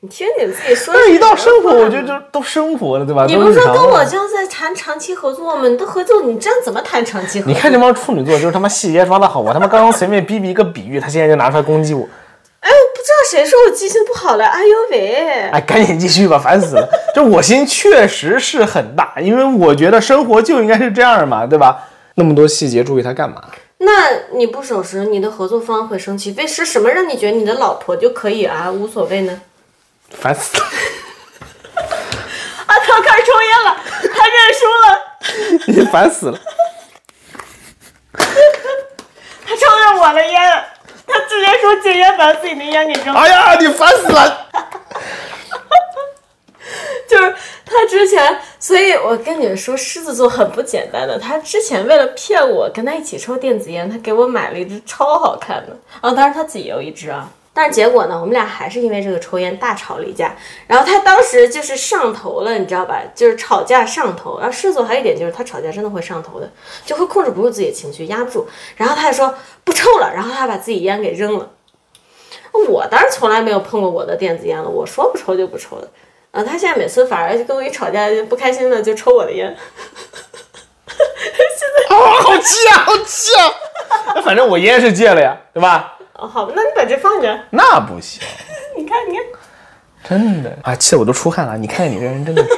你听你自己说。
但是一到生活，我觉得就都生活了，对吧？
你
都
不是
日
说
常
跟
了
我这样在谈长期合作吗？你都合作，你这样怎么谈长期合
你
作？
看这帮处女座，就是他妈细节抓的好，啊我他妈刚刚随便逼逼一个比喻，他现在就拿出来攻击我。
哎，我不知道谁说我记性不好了，哎呦喂！
哎，赶紧继续吧，烦死了。就我心确实是很大，因为我觉得生活就应该是这样嘛，对吧？那么多细节注意它干嘛？
那你不守时，你的合作方会生气。为是什么让你觉得你的老婆就可以啊，无所谓呢？
烦死了。
啊，他开始抽烟了，他认输了，
你烦死了！
他抽着我的烟，他直接说戒烟，把自己的烟给扔了。
哎呀，你烦死了！啊
就是他之前，所以我跟你们说，狮子座很不简单的。他之前为了骗我跟他一起抽电子烟，他给我买了一支超好看的，啊，当然他自己有一支啊。但是结果呢，我们俩还是因为这个抽烟大吵了一架。然后他当时就是上头了，你知道吧？就是吵架上头。然后狮子座还有一点就是他吵架真的会上头的，就会控制不住自己的情绪，压不住。然后他就说不抽了，然后他把自己烟给扔了。我当然从来没有碰过我的电子烟了，我说不抽就不抽的。啊，他现在每次反而跟我一吵架就不开心了，就抽我的烟。
啊，好气啊，好气啊！那反正我烟是戒了呀，对吧？
哦，好吧，那你把这放着，
那不行，
你看，你看，
真的啊，气得我都出汗了。你看你这 人真的是。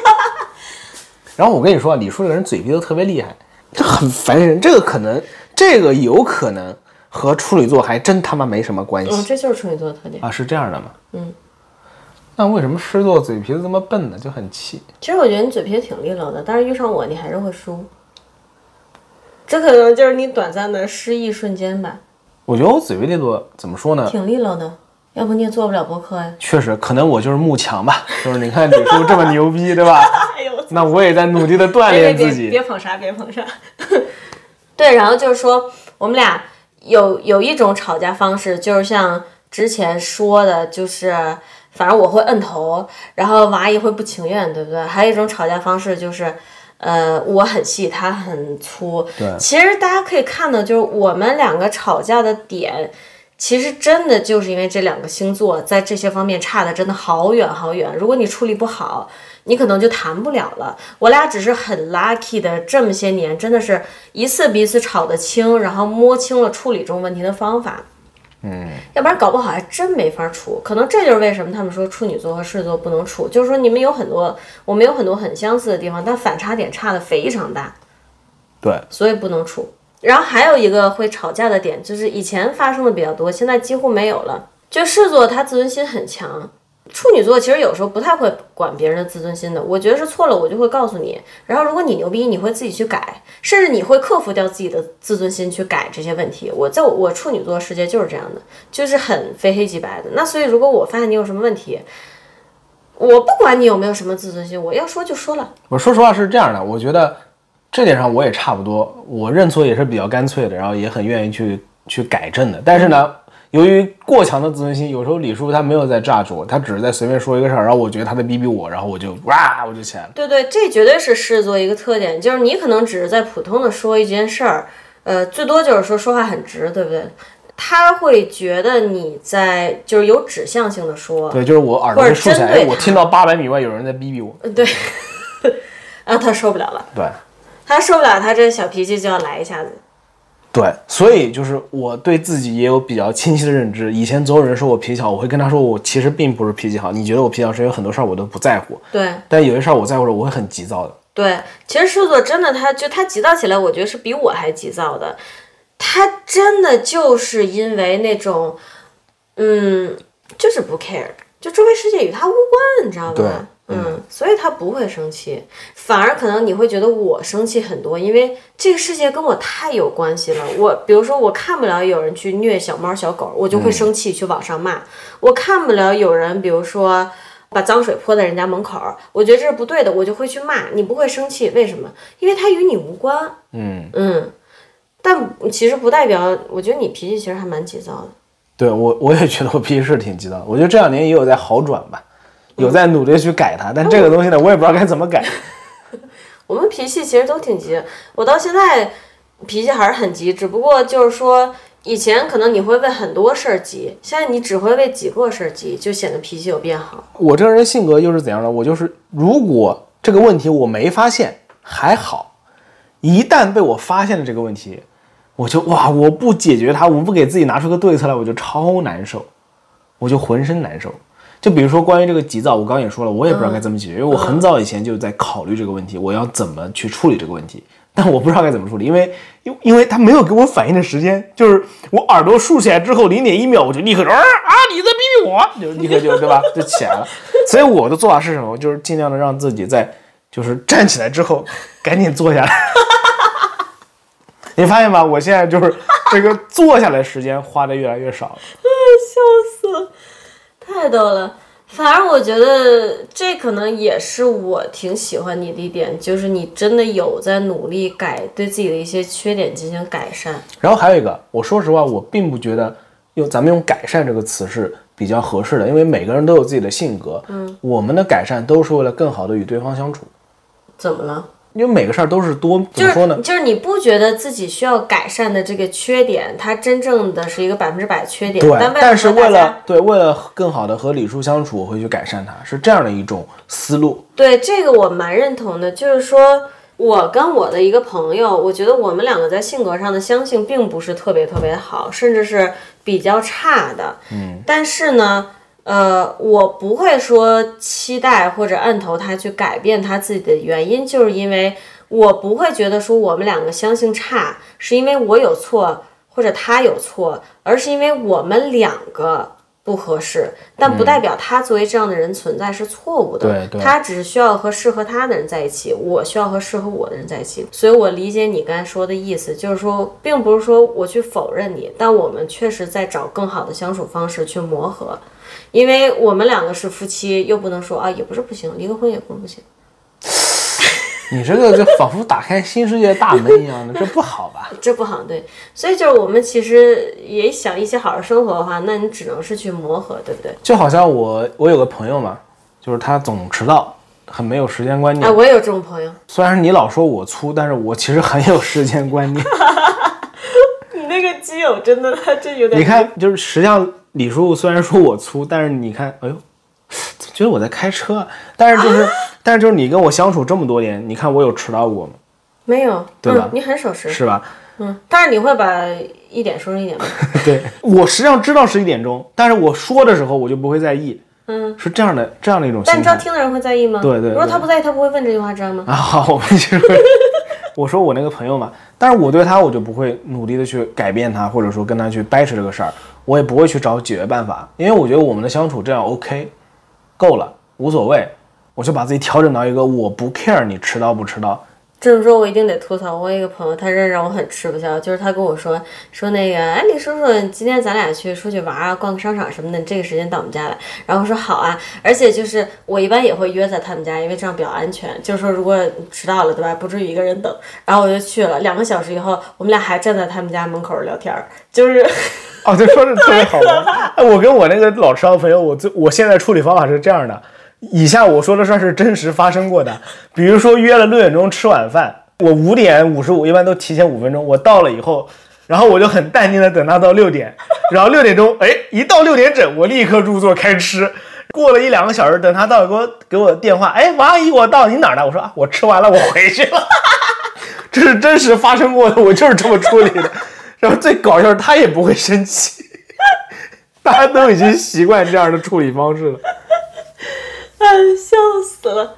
然后我跟你说啊，李叔这个人嘴皮子特别厉害，这很烦人。这个可能，这个有可能和处女座还真他妈没什么关系。
嗯，这就是处女座的特点。
啊，是这样的吗？嗯。那为什么狮座嘴皮子这么笨呢？就很气。
其实我觉得你嘴皮子挺利落的，但是遇上我，你还是会输。这可能就是你短暂的失忆瞬间吧，
我觉得我嘴皮利落怎么说呢？
挺利落的，要不你也做不了博客呀、
确实，可能我就是慕强吧。就是你看李叔这么牛逼，对吧？
哎呦，我
那我也在努力的锻炼自
别
己。
捧杀，别捧杀。对，然后就是说，我们俩有有一种吵架方式，就是像之前说的，就是反正我会摁头，然后娃也会不情愿，对不对？还有一种吵架方式就是。呃，我很细，他很粗。对，其实大家可以看到，就是我们两个吵架的点，其实真的就是因为这两个星座在这些方面差的真的好远好远。如果你处理不好，你可能就谈不了了。我俩只是很 lucky 的，这么些年真的是一次比一次吵得清，然后摸清了处理这种问题的方法。嗯，要不然搞不好还真没法处。可能这就是为什么他们说处女座和狮子座不能处，就是说你们有很多，我们有很多很相似的地方，但反差点差的非常大。
对，
所以不能处。然后还有一个会吵架的点，就是以前发生的比较多，现在几乎没有了。就狮子座他自尊心很强，处女座其实有时候不太会管别人的自尊心的。我觉得是错了，我就会告诉你。然后如果你牛逼，你会自己去改，甚至你会克服掉自己的自尊心去改这些问题。我在我我处女座世界就是这样的，就是很非黑即白的。那所以如果我发现你有什么问题，我不管你有没有什么自尊心，我要说就说了。
我说实话是这样的，我觉得这点上我也差不多，我认错也是比较干脆的，然后也很愿意去去改正的。但是呢，由于过强的自尊心，有时候李叔他没有在炸住我，他只是在随便说一个事儿，然后我觉得他在逼逼我，然后我就哇我就起来了。
对对，这绝对是狮子座一个特点，就是你可能只是在普通的说一件事儿，呃，最多就是说说话很直，对不对？他会觉得你在就是有指向性的说，
对，就是我耳朵
或者
会竖起来，
针对
哎我
他呃
听到八百米外有人在逼逼我。
对，然后他受不了了，
对，
他受不了，他这小脾气就要来一下子。
对，所以就是我对自己也有比较清晰的认知。以前总有人说我脾气好，我会跟他说我其实并不是脾气好。你觉得我脾气好，是因为很多事儿我都不在乎，
对
但有些事儿我在乎了，我会很急躁的。
对，其实狮子座真的，他就他急躁起来，我觉得是比我还急躁的。他真的就是因为那种，嗯，就是不 care，就周围世界与他无关，你知道吧？
对
嗯，所以他不会生气，反而可能你会觉得我生气很多，因为这个世界跟我太有关系了。我比如说，我看不了有人去虐小猫小狗，我就会生气去网上骂；我看不了有人，比如说把脏水泼在人家门口，我觉得这是不对的，我就会去骂。你不会生气，为什么？因为它与你无关。嗯嗯，但其实不代表，我觉得你脾气其实还蛮急躁的。
对我，我也觉得我脾 气是挺急躁的。我觉得这两年也有在好转吧，有在努力去改它。但这个东西呢，我也不知道该怎么改。
我们脾气其实都挺急，我到现在脾气还是很急，只不过就是说，以前可能你会为很多事儿急，现在你只会为几个事儿急，就显得脾气有变好。
我这个人性格又是怎样的？我就是如果这个问题我没发现还好，一旦被我发现了这个问题，我就哇，我不解决它，我不给自己拿出个对策来，我就超难受，我就浑身难受。就比如说关于这个急躁，我刚刚也说了，我也不知道该怎么解决，因为我很早以前就在考虑这个问题，我要怎么去处理这个问题，但我不知道该怎么处理，因为因为因为他没有给我反应的时间，就是我耳朵竖起来之后零点一秒，我就立刻就啊啊，你在逼逼我，就立刻就对吧，就起来了。所以我的做法是什么？就是尽量的让自己在就是站起来之后赶紧坐下来。 你发现吧，我现在就是这个坐下来时间花的越来越少了。
太逗了。反而我觉得这可能也是我挺喜欢你的一点，就是你真的有在努力改对自己的一些缺点进行改善。
然后还有一个，我说实话，我并不觉得用咱们用“改善”这个词是比较合适的，因为每个人都有自己的性格。嗯，我们的改善都是为了更好的与对方相处，
怎么了？
因为每个事儿都是多怎
就
么
是
说呢？
就是你不觉得自己需要改善的这个缺点，它真正的是一个百分之百缺点，
对
但，
但是
为
为
什么大家
了对为了更好的和李叔相处，我会去改善它，是这样的一种思路。
对这个我蛮认同的，就是说我跟我的一个朋友，我觉得我们两个在性格上的相性并不是特别特别好，甚至是比较差的。嗯，但是呢，呃，我不会说期待或者按头他去改变他自己的原因，就是因为我不会觉得说我们两个相性差，是因为我有错或者他有错，而是因为我们两个。不合适，但不代表他作为这样的人存在是错误的。
嗯对对
他只需要和适合他的人在一起，我需要和适合我的人在一起。所以我理解你刚才说的意思，就是说，并不是说我去否认你，但我们确实在找更好的相处方式去磨合，因为我们两个是夫妻，又不能说啊，也不是不行，离个婚也不是不行。
你这个就仿佛打开新世界大门一样的，这不 好吧？
这不好，对，所以就是我们其实也想一起好好生活的话，那你只能是去磨合，对不对？
就好像我我有个朋友嘛，就是他总迟到，很没有时间观念。
哎，我也有这种朋友，
虽然你老说我粗，但是我其实很有时间观念。
你那个基友真的，他真有点
你看，就是实际上李叔虽然说我粗，但是你看，哎呦，怎么觉得我在开车啊？但是 就是，但是就是你跟我相处这么多年，你看我有迟到过吗？
没有，
对吧
嗯、你很守时，
是吧？
嗯，但是你会把一点说成一 点吗？
对我实际上知道十一点钟，但是我说的时候我就不会在意。嗯，是这样的，这样的一种心态。
但你知道听的人会在意吗？
对对对
如果他不在意，他不会问这句话，知道吗？
啊，好，我们就是，我说我那个朋友嘛，但是我对他我就不会努力的去改变他，或者说跟他去掰扯这个事儿，我也不会去找解决办法，因为我觉得我们的相处这样 OK，够了，无所谓，我就把自己调整到一个我不 care 你迟到不迟到，
这么说，我一定得吐槽。我有一个朋友，他真让我很吃不消，就是他跟我说说那个，哎，李叔叔，今天咱俩去出去玩啊，逛个商场什么的，你这个时间到我们家来。然后我说好啊，而且就是我一般也会约在他们家，因为这样比较安全。就是说，如果迟到了，对吧？不至于一个人等。然后我就去了，两个小时以后，我们俩还站在他们家门口聊天儿，就是。
哦，就说的特别好玩。哎，我跟我那个老迟到朋友，我最我现在处理方法是这样的：以下我说的事儿是真实发生过的。比如说约了六点钟吃晚饭，我五点五十五一般都提前五分钟，我到了以后，然后我就很淡定的等他到六点，然后六点钟，哎，一到六点整，我立刻入座开吃。过了一两个小时，等他到，给我给我电话，哎，王阿姨，我到，你哪儿呢？我说啊， 我吃完了，我回去了。这是真实发生过的，我就是这么处理的。然后最搞笑是他也不会生气，大家都已经习惯这样的处理方式了。
哎，笑死了。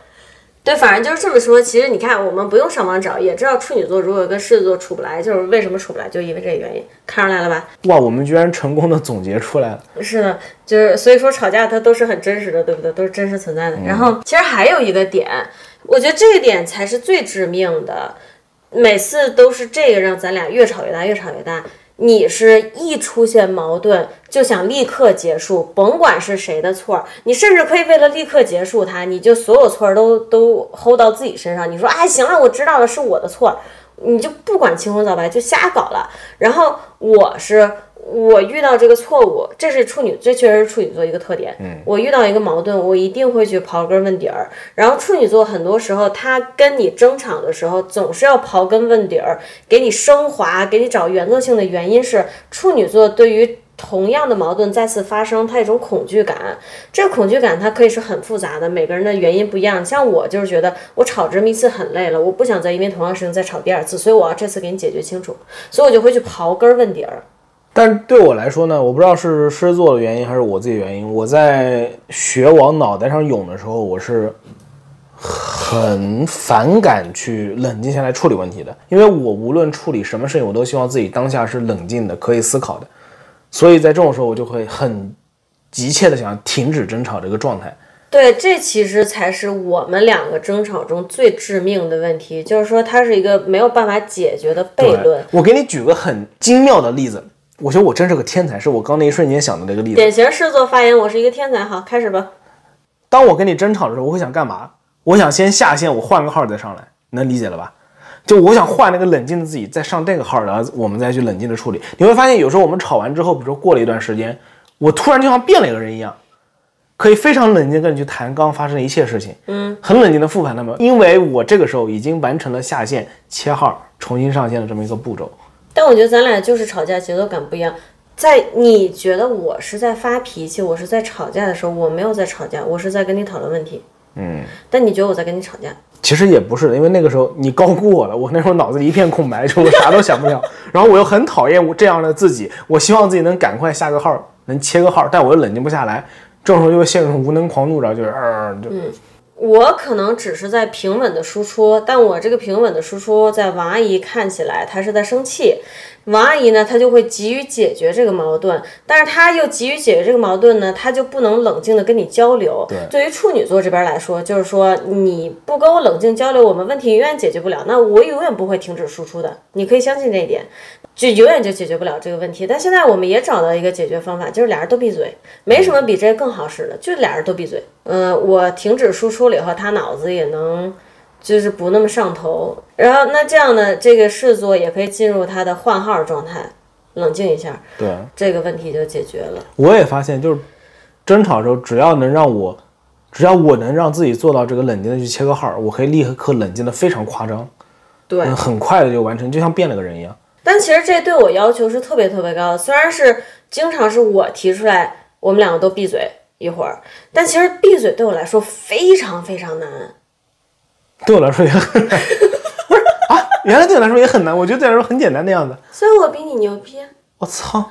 对，反正就是这么说。其实你看，我们不用上网找，也知道处女座如果跟狮子座处不来，就是为什么处不来，就因为这个原因。看出来了吧？
哇，我们居然成功的总结出来了。
是的，就是所以说吵架它都是很真实的，对不对？都是真实存在的。然后其实还有一个点，我觉得这个点才是最致命的。每次都是这个让咱俩越吵越大，越吵越大。你是一出现矛盾就想立刻结束，甭管是谁的错儿，你甚至可以为了立刻结束它，你就所有错儿都都 hold 到自己身上。你说，哎，行了，我知道了，是我的错儿，你就不管青红皂白，就瞎搞了。然后我是我遇到这个错误，这是处女，这确实是处女座一个特点。嗯，我遇到一个矛盾，我一定会去刨根问底儿。然后处女座很多时候，他跟你争吵的时候，总是要刨根问底儿，给你升华，给你找原则性的原因是处女座对于。同样的矛盾再次发生，它有一种恐惧感。这个恐惧感它可以是很复杂的，每个人的原因不一样。像我就是觉得我吵这么一次很累了，我不想再因为同样事情再吵第二次，所以我要这次给你解决清楚。所以我就会去刨根问底儿。
但对我来说呢，我不知道是狮子座的原因还是我自己的原因，我在血往脑袋上涌的时候，我是很反感去冷静下来处理问题的，因为我无论处理什么事情，我都希望自己当下是冷静的，可以思考的。所以在这种时候，我就会很急切的想要停止争吵这个状态。
对，这其实才是我们两个争吵中最致命的问题，就是说它是一个没有办法解决的悖论。
我给你举个很精妙的例子，我觉得我真是个天才，是我刚那一瞬间想的那个例子。
典型狮子座发言，我是一个天才。好，开始吧。
当我跟你争吵的时候，我会想干嘛？我想先下线，我换个号再上来，能理解了吧？就我想换那个冷静的自己，再上这个号，然后我们再去冷静的处理。你会发现，有时候我们吵完之后，比如说过了一段时间，我突然就像变了一个人一样，可以非常冷静跟你去谈刚刚发生的一切事情，嗯，很冷静的复盘他们，因为我这个时候已经完成了下线、切号、重新上线的这么一个步骤。
但我觉得咱俩就是吵架节奏感不一样。在你觉得我是在发脾气，我是在吵架的时候，我没有在吵架，我是在跟你讨论问题。嗯。但你觉得我在跟你吵架？
其实也不是的，因为那个时候你高估我了，我那时候脑子里一片空白，就我啥都想不了。然后我又很讨厌我这样的自己，我希望自己能赶快下个号，能切个号，但我又冷静不下来，这种时候就会陷入无能狂怒，然后就是呃，就
我可能只是在平稳的输出，但我这个平稳的输出，在王阿姨看起来她是在生气，王阿姨呢，她就会急于解决这个矛盾，但是她又急于解决这个矛盾呢，她就不能冷静的跟你交流。对，于处女座这边来说，就是说你不跟我冷静交流，我们问题永远解决不了，那我永远不会停止输出的，你可以相信这一点。就永远就解决不了这个问题，但现在我们也找到一个解决方法，就是俩人都闭嘴，没什么比这更好使的，就俩人都闭嘴。嗯、我停止输出了以后，他脑子也能就是不那么上头，然后那这样呢，这个视作也可以进入他的换号状态，冷静一下，
对。
这个问题就解决了。
我也发现，就是争吵的时候，只要能让我，只要我能让自己做到这个冷静的去切个号，我可以立刻冷静的非常夸张，
对，
嗯，很快的就完成，就像变了个人一样。
但其实这对我要求是特别特别高的，虽然是经常是我提出来，我们两个都闭嘴一会儿，但其实闭嘴对我来说非常非常难。
对我来说也很 难，不是啊，原来对我来说也很难，我觉得对我来说很简单的样子。
虽然我比你牛逼，
我 操，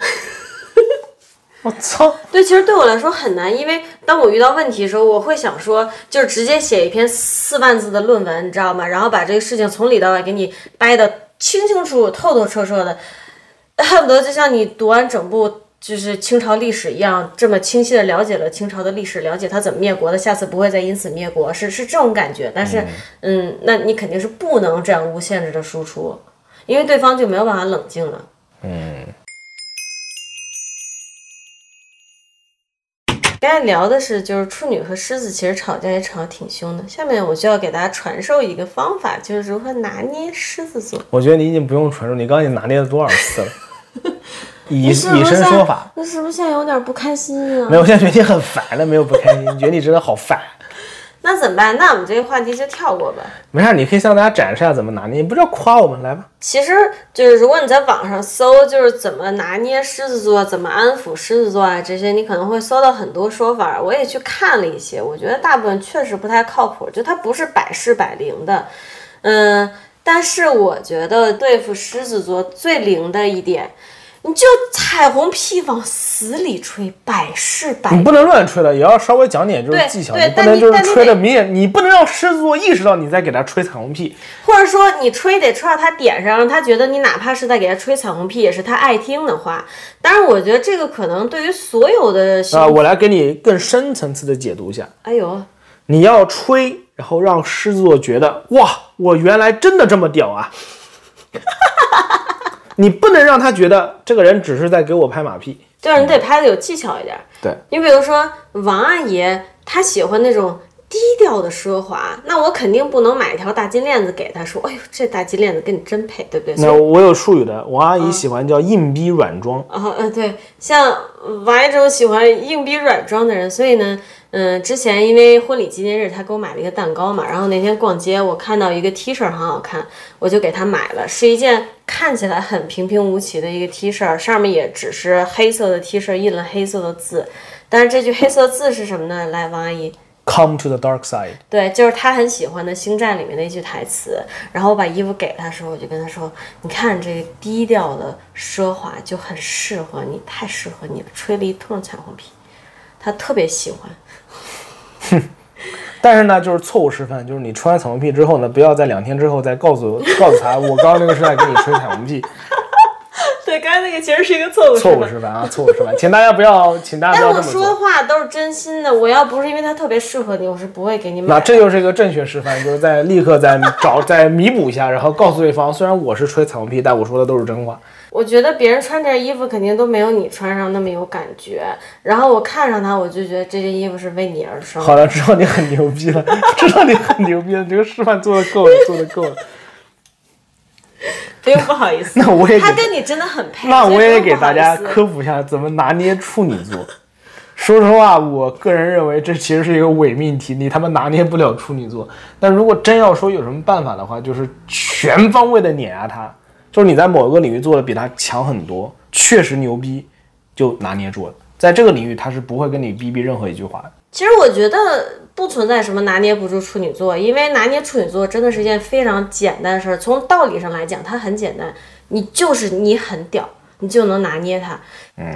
我操，
对，其实对我来说很难，因为当我遇到问题的时候，我会想说，就是直接写一篇四万字的论文，你知道吗？然后把这个事情从里到外给你掰得清清楚楚、透透彻彻的， 恨不得就像你读完整部就是清朝历史一样，这么清晰的了解了清朝的历史，了解他怎么灭国的，下次不会再因此灭国，是是这种感觉。但是，嗯，那你肯定是不能这样无限制的输出，因为对方就没有办法冷静了。
嗯
刚才聊的是，就是处女和狮子其实吵架也吵得挺凶的。下面我就要给大家传授一个方法，就是如何拿捏狮子座。
我觉得你已经不用传授，你刚刚已经拿捏了多少 次了？以以
你是不是
身
现在
说法，，
你是不是现在有点不开心啊
没？有，我现在觉得你很烦了，没有不开心，觉得你真的好烦。
那怎么办？那我们这个话题就跳过吧。
没事，你可以向大家展示一下怎么拿捏，你不是要夸我们来吧？
其实就是，如果你在网上搜，就是怎么拿捏狮子座，怎么安抚狮子座啊，这些你可能会搜到很多说法。我也去看了一些，我觉得大部分确实不太靠谱，就它不是百试百灵的。嗯，但是我觉得对付狮子座最灵的一点，你就彩虹屁往死里吹，百试百
你不能乱吹了，也要稍微讲点就是
哎对
技巧，
对
你不
但
能
你
就是
但你
吹
得
的明显，你不能让狮子座意识到你在给他吹彩虹屁。
或者说你吹得吹到他点上，让他觉得你哪怕是在给他吹彩虹屁，也是他爱听的话。当然，我觉得这个可能对于所有的星
啊、我来给你更深层次的解读一下，
哎呦，
你要吹，然后让狮子座觉得哇，我原来真的这么屌啊！ 你不能让他觉得这个人只是在给我拍马屁。
就是你得拍的有技巧一点。
对，
你比如说王阿姨，她喜欢那种低调的奢华，那我肯定不能买一条大金链子给她，说，哎呦，这大金链子跟你真配，对不对？
那我有术语的，王阿姨喜欢叫硬逼软装。
啊，呃，对，像王爱这种喜欢硬逼软装的人，所以呢，嗯、之前因为婚礼纪念日，他给我买了一个蛋糕嘛，然后那天逛街，我看到一个 T 恤很好看，我就给他买了，是一件看起来很平平无奇的一个 T 恤，上面也只是黑色的 T 恤，印了黑色的字，但是这句黑色字是什么呢？来，王阿姨，
Come to the dark side。
对，就是他很喜欢的《星战》里面的一句台词。然后我把衣服给他的时候，我就跟他说：“你看这个低调的奢华就很适合你，太适合你了。”吹了一通彩虹屁，他特别喜欢。
但是呢，就是错误示范，就是你吹完彩虹屁之后呢，不要在两天之后再告诉 告诉他，我刚刚那个是在给你吹彩虹屁。
对，刚才那个其实是一个错误
错误示范啊，错误示范，请大家不要，请大家不
但
要
我
这么
说的
做。
话都是真心的，我要不是因为他特别适合你，我是不会给你买
那
的。
这就是一个正确示范，就是在立刻在找在弥补一下，然后告诉对方，虽然我是吹彩虹屁，但我说的都是真话。
我觉得别人穿这衣服肯定都没有你穿上那么有感觉。然后我看上他，我就觉得这件衣服是为你而生。
好了，知道你很牛逼了，知道你很牛逼了，你这个示范做的够了，做的够了。
哎不用不好意思，
那我也给
他跟你真的很配。
那
所以
我
不
也
用
给
不好
大
意
家
思
科普一下怎么拿捏处女座。说实话，我个人认为这其实是一个伪命题，你他妈拿捏不了处女座。但如果真要说有什么办法的话，就是全方位的碾压他，就是你在某个领域做的比他强很多，确实牛逼，就拿捏住了。在这个领域，他是不会跟你逼逼任何一句话的。
其实我觉得不存在什么拿捏不住处女座，因为拿捏处女座真的是一件非常简单的事儿。从道理上来讲，它很简单，你就是你很屌，你就能拿捏它。嗯，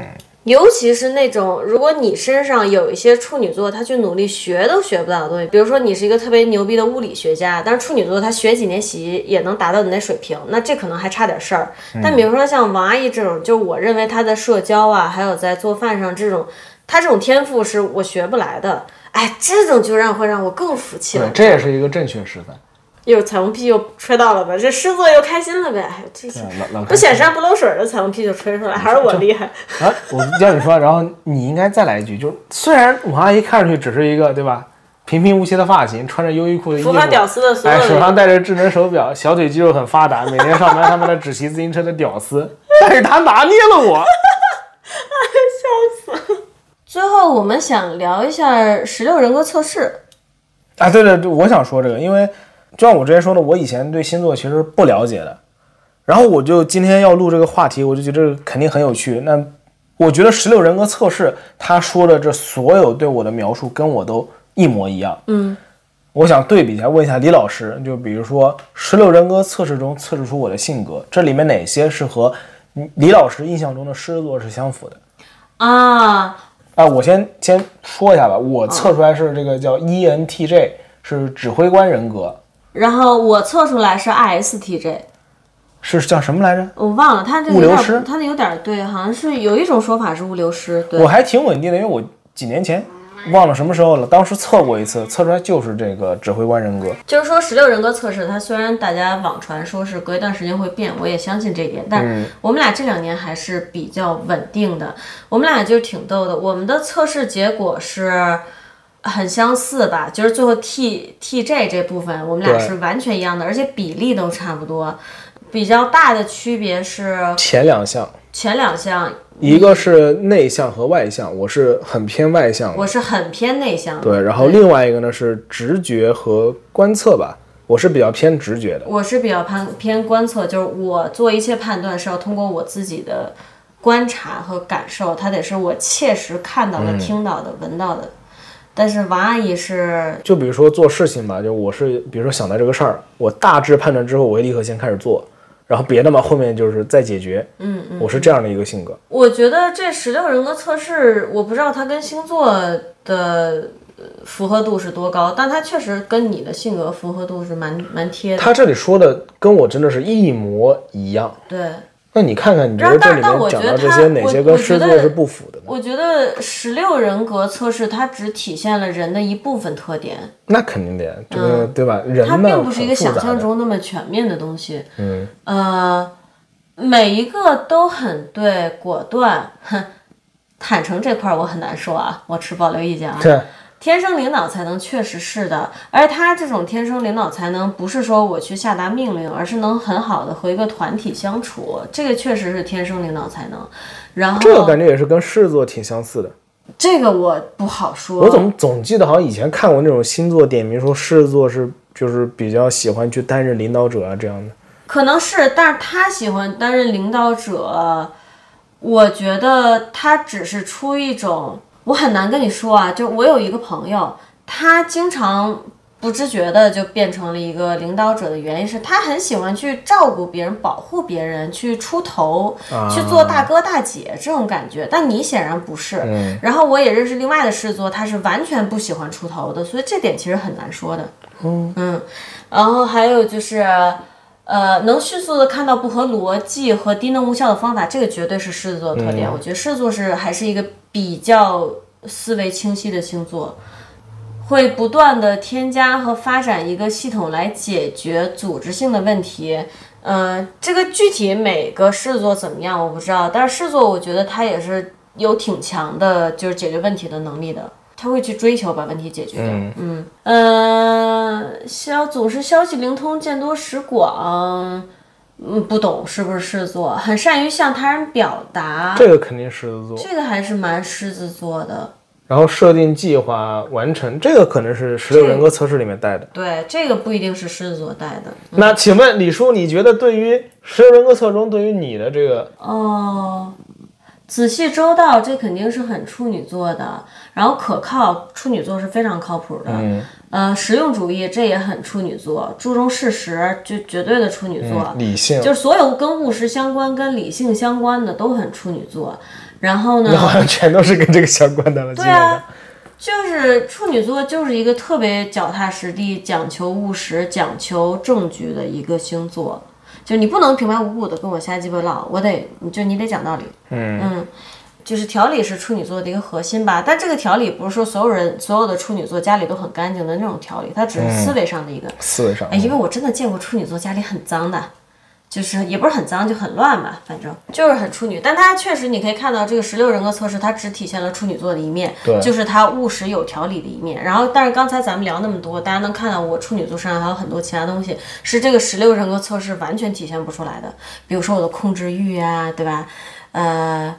尤其是那种如果你身上有一些处女座，他去努力学都学不到的东西，比如说你是一个特别牛逼的物理学家，但是处女座他学几年习也能达到你那水平，那这可能还差点事儿。但比如说像王阿姨这种，就我认为她在社交啊，还有在做饭上这种。他这种天赋是我学不来的。哎，这种就让会让我更服气
对
了，。
这也是一个正确示范。
又彩虹屁又吹到了吧？这狮子又开心了呗？哎呦，这是
嗯老老
不显山不漏水的彩虹屁就吹出来，还是我厉害。
啊，我叫你说，然后你应该再来一句，就是虽然我阿姨看上去只是一个对吧，平平无奇的发型，穿着优衣库的衣服，
服法屌丝的所有
哎，
人
手上戴着智能手表，小腿肌肉很发达，每天上班他妈的只骑自行车的屌丝， 但是他拿捏了我。
最后，我们想聊一下十六人格测试。
啊，对对对，我想说这个，因为就像我之前说的，我以前对星座其实不了解的，然后我就今天要录这个话题，我就觉得这个肯定很有趣。那我觉得十六人格测试他说的这所有对我的描述跟我都一模一样。
嗯，
我想对比一下，问一下李老师，就比如说十六人格测试中测试出我的性格，这里面哪些是和你李老师印象中的狮子座是相符的？
啊，
啊，我先先说一下吧，我测出来是这个叫 E ENTJ，是指挥官人格，
然后我测出来是 ISTJ，
是叫什么来着？
我忘了他这个
物
有
流
点
师
他那有点对，好像是有一种说法是物流师。对
我，还挺稳定的，因为我几年前忘了什么时候了，当时测过一次，测出来就是这个指挥官人格。
就是说，十六人格测试，它虽然大家网传说是隔一段时间会变，我也相信这一点，但
嗯
我们俩这两年还是比较稳定的。我们俩就是挺逗的，我们的测试结果是很相似吧，就是最后 T T J 这部分，我们俩
对
是完全一样的，而且比例都差不多。比较大的区别是
前两项，
前两项，
一个是内向和外向，我是很偏外向的，
我是很偏内向的，
对，然后另外一个呢是直觉和观测吧，我是比较偏直觉的。
我是比较偏偏观测，就是我做一切判断是要通过我自己的观察和感受，它得是我切实看到的、听到的、闻到的。但是王阿姨是
就比如说做事情吧，就我是比如说想到这个事儿，我大致判断之后，我会立刻先开始做，然后别的嘛后面就是再解决。嗯嗯，我是这样的一个性格。
我觉得这十六人格测试，我不知道它跟星座的呃符合度是多高，但它确实跟你的性格符合度是蛮蛮贴的。
他这里说的跟我真的是一模一样。
对，
那你看看，你觉
然后
得这
但
里
但
面
我
讲
觉
到
得
这
他
些哪
我
些跟
我
狮
觉
子
得
座是不符的呢？
我觉得十六人格测试它只体现了人的一部分特点，
那肯定的呀，这个、对吧？人
它
呢，
嗯并不是一个
很复
想
杂
象
的
中那么全面的东西。嗯，呃，每一个都很对，果断。哼，坦诚这块儿我很难说啊，我持保留意见啊。
对。
天生领导才能确实是的，而他这种天生领导才能，不是说我去下达命令，而是能很好的和一个团体相处，这个确实是天生领导才能。然后
这个感觉也是跟狮子座挺相似的。
这个我不好说，
我怎么总记得好像以前看过那种星座点名说狮子座是就是比较喜欢去担任领导者啊这样的。
可能是，但是他喜欢担任领导者，我觉得他只是出一种，我很难跟你说啊。就我有一个朋友，他经常不知觉的就变成了一个领导者的原因是，他很喜欢去照顾别人、保护别人、去出头、去做大哥大姐这种感觉。但你显然不是。然后我也认识另外的狮子座，他是完全不喜欢出头的，所以这点其实很难说的。嗯，然后还有就是。呃，能迅速的看到不合逻辑和低能无效的方法，这个绝对是狮子座的特点。我觉得狮子座是还是一个比较思维清晰的星座，会不断的添加和发展一个系统来解决组织性的问题。呃，这个具体每个狮子座怎么样我不知道，但是狮子座我觉得他也是有挺强的，就是解决问题的能力的。他会去追求把问题解决掉。嗯，呃，消总是消息灵通、见多识广，嗯，不懂是不是狮子座，很善于向他人表达，
这个肯定狮子座。
这个还是蛮狮子座的。
然后设定计划完成，这个可能是十六人格测试里面带的。
对，这个不一定是狮子座带的。
那请问李叔，你觉得对于十六人格测中，对于你的这个
哦，仔细周到，这肯定是很处女座的。然后可靠，处女座是非常靠谱的。嗯，呃，实用主义这也很处女座，注重事实，就绝对的处女座。
理性，
就是所有跟务实相关、跟理性相关的都很处女座。然后 呢，
好像全都是跟这个相关的了，基
对
本上
啊。，就是处女座就是一个特别脚踏实地、讲求务实、讲求证据的一个星座。就你不能平白无故的跟我瞎鸡巴唠，我得就你得讲道理。嗯就是条理是处女座的一个核心吧，但这个条理不是说所有人所有的处女座家里都很干净的那种条理，它只是思维上的一个。
思维上
哎，因为我真的见过处女座家里很脏的，就是也不是很脏，就很乱吧，反正就是很处女。但它确实你可以看到这个十六人格测试，它只体现了处女座的一面，就是它务实有条理的一面。然后，但是刚才咱们聊那么多，大家能看到我处女座身上还有很多其他东西，是这个十六人格测试完全体现不出来的。比如说我的控制欲啊，对吧？呃。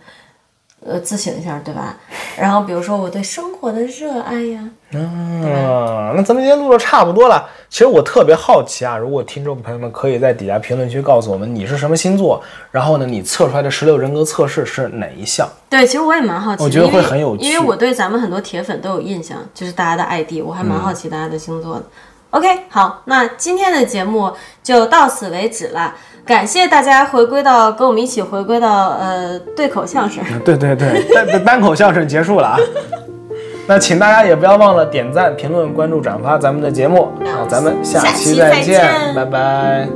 呃，自省一下，对吧？然后比如说我对生活的热爱呀，
啊，那咱们今天录的差不多了。其实我特别好奇啊，如果听众朋友们可以在底下评论区告诉我们你是什么星座，然后呢，你测出来的十六人格测试是哪一项？
对，其实我也蛮好奇的，
我觉得
因为
会很有
因
趣嗯
为我对咱们很多铁粉都有印象，就是大家的 ID，我还蛮好奇大家的星座的。OK，好，那今天的节目就到此为止了，感谢大家回归到跟我们一起回归到呃对口相声。
对对对，单单口相声结束了啊。那请大家也不要忘了点赞、评论、关注、转发咱们的节目。那咱们下
下
期
期
再
再见
拜拜。